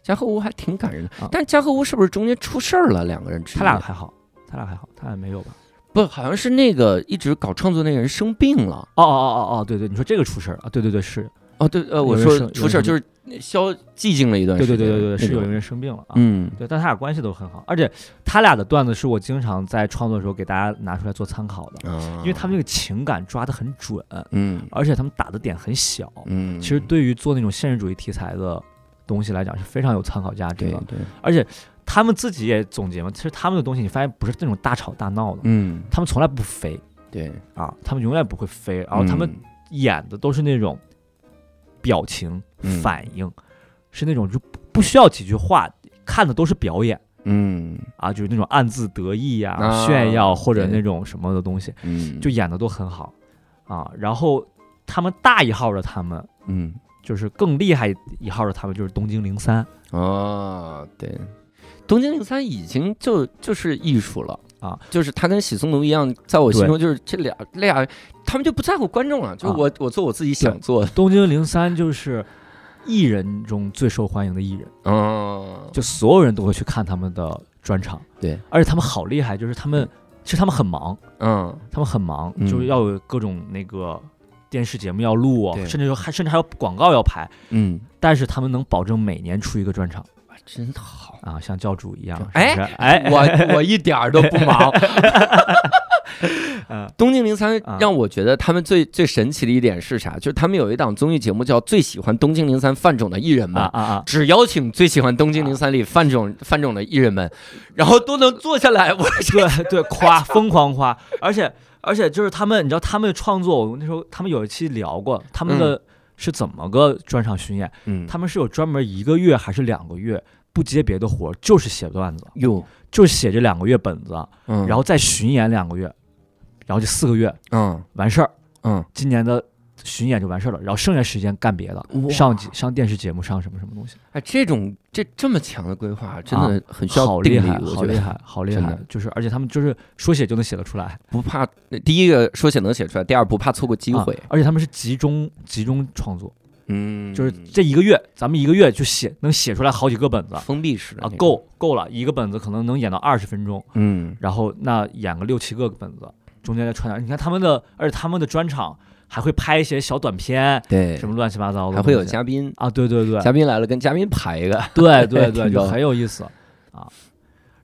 嘉禾屋还挺感人的
啊，
但是嘉禾屋是不是中间出事儿了？两个人之间
他俩还好，他俩还好，他俩没有吧？
不好像是那个一直搞创作那个人生病了。
哦哦哦哦哦，对对，你说这个出事儿啊？对对对，是，
哦，对，呃，我
有人
说
生
出事儿
有
就是消寂静了一段
对
时间，
对对对对，是
呃那
有一
种
个人生病了啊。
嗯
对，但他俩关系都很好，而且他俩的段子是我经常在创作的时候给大家拿出来做参考的，
啊，
因为他们那个情感抓得很准，
嗯
而且他们打的点很小，
嗯，
其实对于做那种现实主义题材的东西来讲是非常有参考价值
对
的。
对，
而且他们自己也总结嘛，其实他们的东西你发现不是那种大吵大闹的，
嗯
他们从来不飞
对，
啊，他们永远不会飞，然后他们
嗯
演的都是那种表情、
嗯
反应，是那种就不不需要几句话，看的都是表演
嗯
啊，就是那种暗自得意呀、
啊
炫耀或者
对
那种什么的东西，
嗯，
就演的都很好啊。然后他们大一号的他们。
嗯
就是更厉害一号的他们就是东京零三
哦，对，东京零三已经就就是艺术了
啊，
就是他跟喜松奴一样，在我心
对
中就是这俩俩，他们就不在乎观众了，就
啊
我我做我自己想做的，
东京零三就是艺人中最受欢迎的艺人，
嗯，
就所有人都会去看他们的专场。
对，
而且他们好厉害，就是他们其实他们很忙，
嗯
他们很忙，
嗯
就是要有各种那个电视节目要录啊
对，
甚至有还甚至还有广告要拍，
嗯，
但是他们能保证每年出一个专场
哇真好，
啊，像教主一样。
哎
是不是哎，
我我一点儿都不 忙。东京零三
啊
让我觉得他们最最神奇的一点是啥？就是他们有一档综艺节目叫《最喜欢东京零三范种的艺人们》
啊啊啊！
只邀请最喜欢《东京零三》里范种范种的艺人们，然后都能坐下来。我
对对，夸疯狂夸，而且而且就是他们，你知道他们创作，我那时候他们有一期聊过他们的是怎么个专场巡演，
嗯
他们是有专门一个月还是两个月不接别的活儿，就是写段子，
哟，
就是写这两个月本子，
嗯，
然后再巡演两个月，然后就四个月
嗯
完事儿，
嗯，
今年的巡演就完事儿了，然后剩下时间干别的，
哇
上几上电视节目，上什么什么东西，
哎，这种这这么强的规划，真的很需
好
要
厉
定力，
害，
我
好
觉
厉
得
害，好厉
真
害
的，
就是而且他们就是说写就能写得出来。
不怕。第一个说写能写出来，第二不怕错过机会
啊。而且他们是集中集中创作，
嗯，
就是这一个月，咱们一个月就写能写出来好几个本子啊，
封闭式的那种。
够够了，一个本子可能能演到二十分钟，
嗯
然后那演个六七个本子，中间再串点。你看他们的，而且他们的专场还会拍一些小短片，
对
什，么乱七八糟的东西，
还会有嘉宾，
啊，对对对
嘉宾来了跟嘉宾排一个。
对对对，
挺
就
逗
很有意思啊。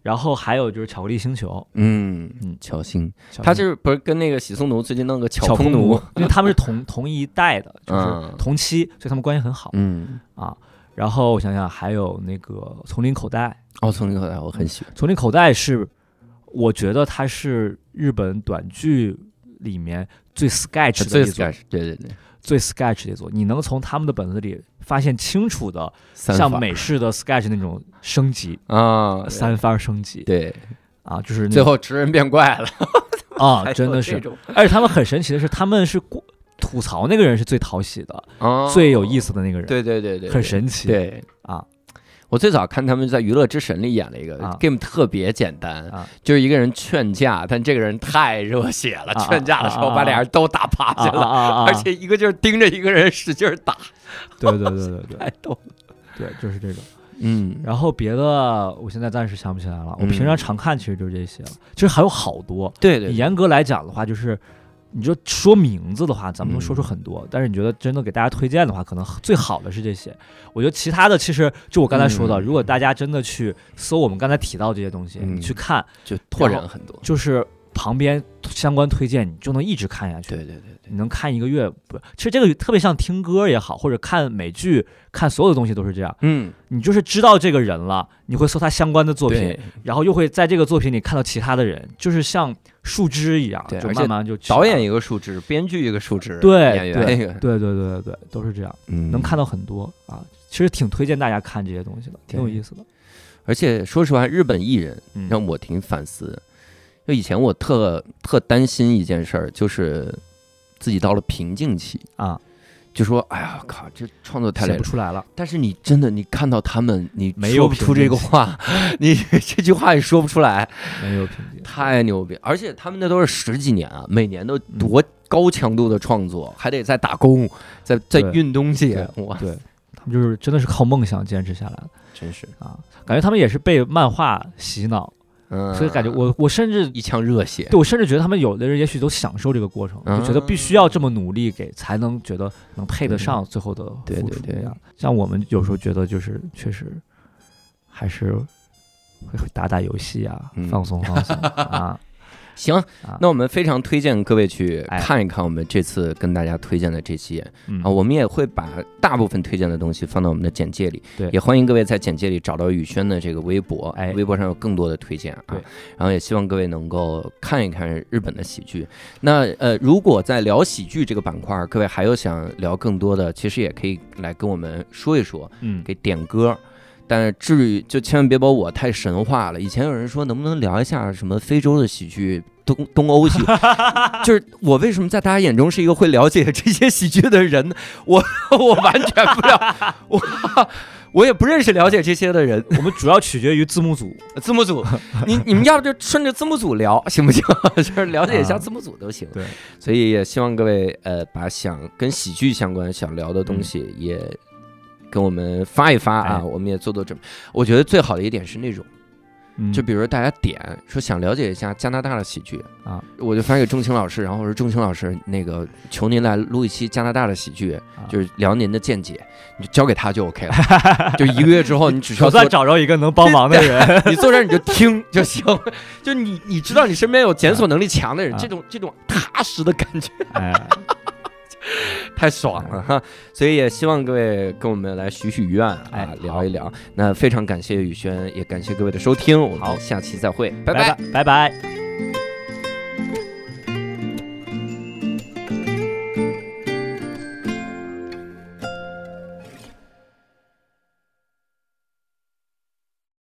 然后还有就是巧克力星球，
嗯
嗯
乔欣，
巧克
他
力
就是不是跟那个喜松奴最近弄个巧
巧
空
奴
奴？，
因为他们是同同一代的，就是
嗯
同期，所以他们关系很好。
嗯，
啊。然后我想想，还有那个丛林口袋，
哦，丛林口袋我很喜欢。
丛林口袋是我觉得它是日本短剧里面最 sketch 的
最
一作，
sketch，对对对，
最 sketch 的一作。你能从他们的本子里发现清楚的，
三
像
法
美式的 sketch 那种升级，
啊，
三番升级
对，
啊，就是那
最后吃人变怪了，
啊，
还
真
有
的
这
是。
种
而且他们很神奇的是，他们是过吐槽哦那个人是最讨喜的、
啊
最有意思的那个人，
对对对对，
很神奇。
对
啊。
我最早看他们在《娱乐之神》里演了一个、
啊
game，特别简单，
啊
就是一个人劝架，但这个人太热血了，
啊
劝架的时候
啊啊
把俩人都打趴
啊
下了，
啊啊！
而且一个劲儿盯着一个人使劲儿打，
对对对对对
太逗了。
对，就是这种。
嗯
然后别的我现在暂时想不起来了，我
嗯
平常常看其实就是这些了，其实还有好多。
对
你
对，
严格来讲的话，就是你就说名字的话，咱们能说
嗯
出很多。但是你觉得真的给大家推荐的话，可能最好的是这些。我觉得其他的其实就我刚才说的，
嗯
如果大家真的去搜我们刚才提到这些东西，
嗯
你去看，
就拓
然
展
后
很多。
就是旁边相关推荐，你就能一直看下去。
对对对，
你能看一个月不？其实这个特别像听歌也好，或者看美剧、看所有的东西都是这样。
嗯，
你就是知道这个人了，你会搜他相关的作品
对，，
然后又会在这个作品里看到其他的人，就是像树枝一样，
对
就
而且
慢慢就起来
导演
了
一个数值，编剧一个数值，
对
演员一个，
对对对对对，都是这样，
嗯
能看到很多啊。其实挺推荐大家看这些东西的，挺有
对
意思的。
而且说实话，日本艺人
嗯
让我挺反思。就以前我特特担心一件事儿，就是自己到了瓶颈期
啊，
就说哎呀靠，这创作太累
写不
了。
出来了，
但是你真的，你看到他们，你
没
说
有
不
瓶
出这
颈
个
期
话， 你这句话也说不出来，
没有评 价。
太牛逼！而且他们那都是十几年啊，每年都
嗯
多高强度的创作，还得在打工，在在
对
运东西，哇，
对他们就是真的是靠梦想坚持下来的
真是，
啊，感觉他们也是被漫画洗脑，
嗯，
所以感觉我我甚至
一腔热血，
对我甚至觉得他们有的人也许都享受这个过程，
嗯
就觉得必须要这么努力给，才能觉得能配得上最后的
嗯对
付
对
出。
对
这样像我们有时候觉得就是确实还是会会打打游戏啊，
嗯
放松放 松啊。
行
啊，
那我们非常推荐各位去
哎
看一看我们这次跟大家推荐的这期
嗯
啊，我们也会把大部分推荐的东西放到我们的简介里，
对
也欢迎各位在简介里找到宇轩的这个微博，
哎
微博上有更多的推荐啊
对，
然后也希望各位能够看一看日本的喜剧。那呃，如果在聊喜剧这个板块，各位还有想聊更多的，其实也可以来跟我们说一说，
嗯，
给点歌。但至于就千万别把我太神话了。以前有人说能不能聊一下什么非洲的喜剧、东东欧 喜剧，就是我为什么在大家眼中是一个会了解这些喜剧的人呢？我我完全不了，我我也不认识了解这些的人。
我们主要取决于字幕组，
字幕组，你你们要不就顺着字幕组聊行不行？就是了解一下
啊
字幕组都行。
对，
所以也希望各位呃，把想跟喜剧相关想聊的东西也跟我们发一发啊，
嗯哎
我们也做做准备。我觉得最好的一点是那种，
嗯
就比如说大家点说想了解一下加拿大的喜剧
啊，
我就发给钟情老师，然后我说钟情老师，那个求您来录一期加拿大的喜剧，
啊
就是聊您的见解，你就交给他就 OK 了。 就一个月之后，你只需要
总
做
算找着一个能帮忙的人。
你坐这儿你就听就行，就你你知道你身边有检索能力强的人，
啊
这种这种踏实的感觉
哎，
太爽了哈！所以也希望各位跟我们来许许愿
哎
啊
好，
聊一聊。那非常感谢宇轩，也感谢各位的收听，我
好
们下期再会，拜
拜
拜。
拜拜拜。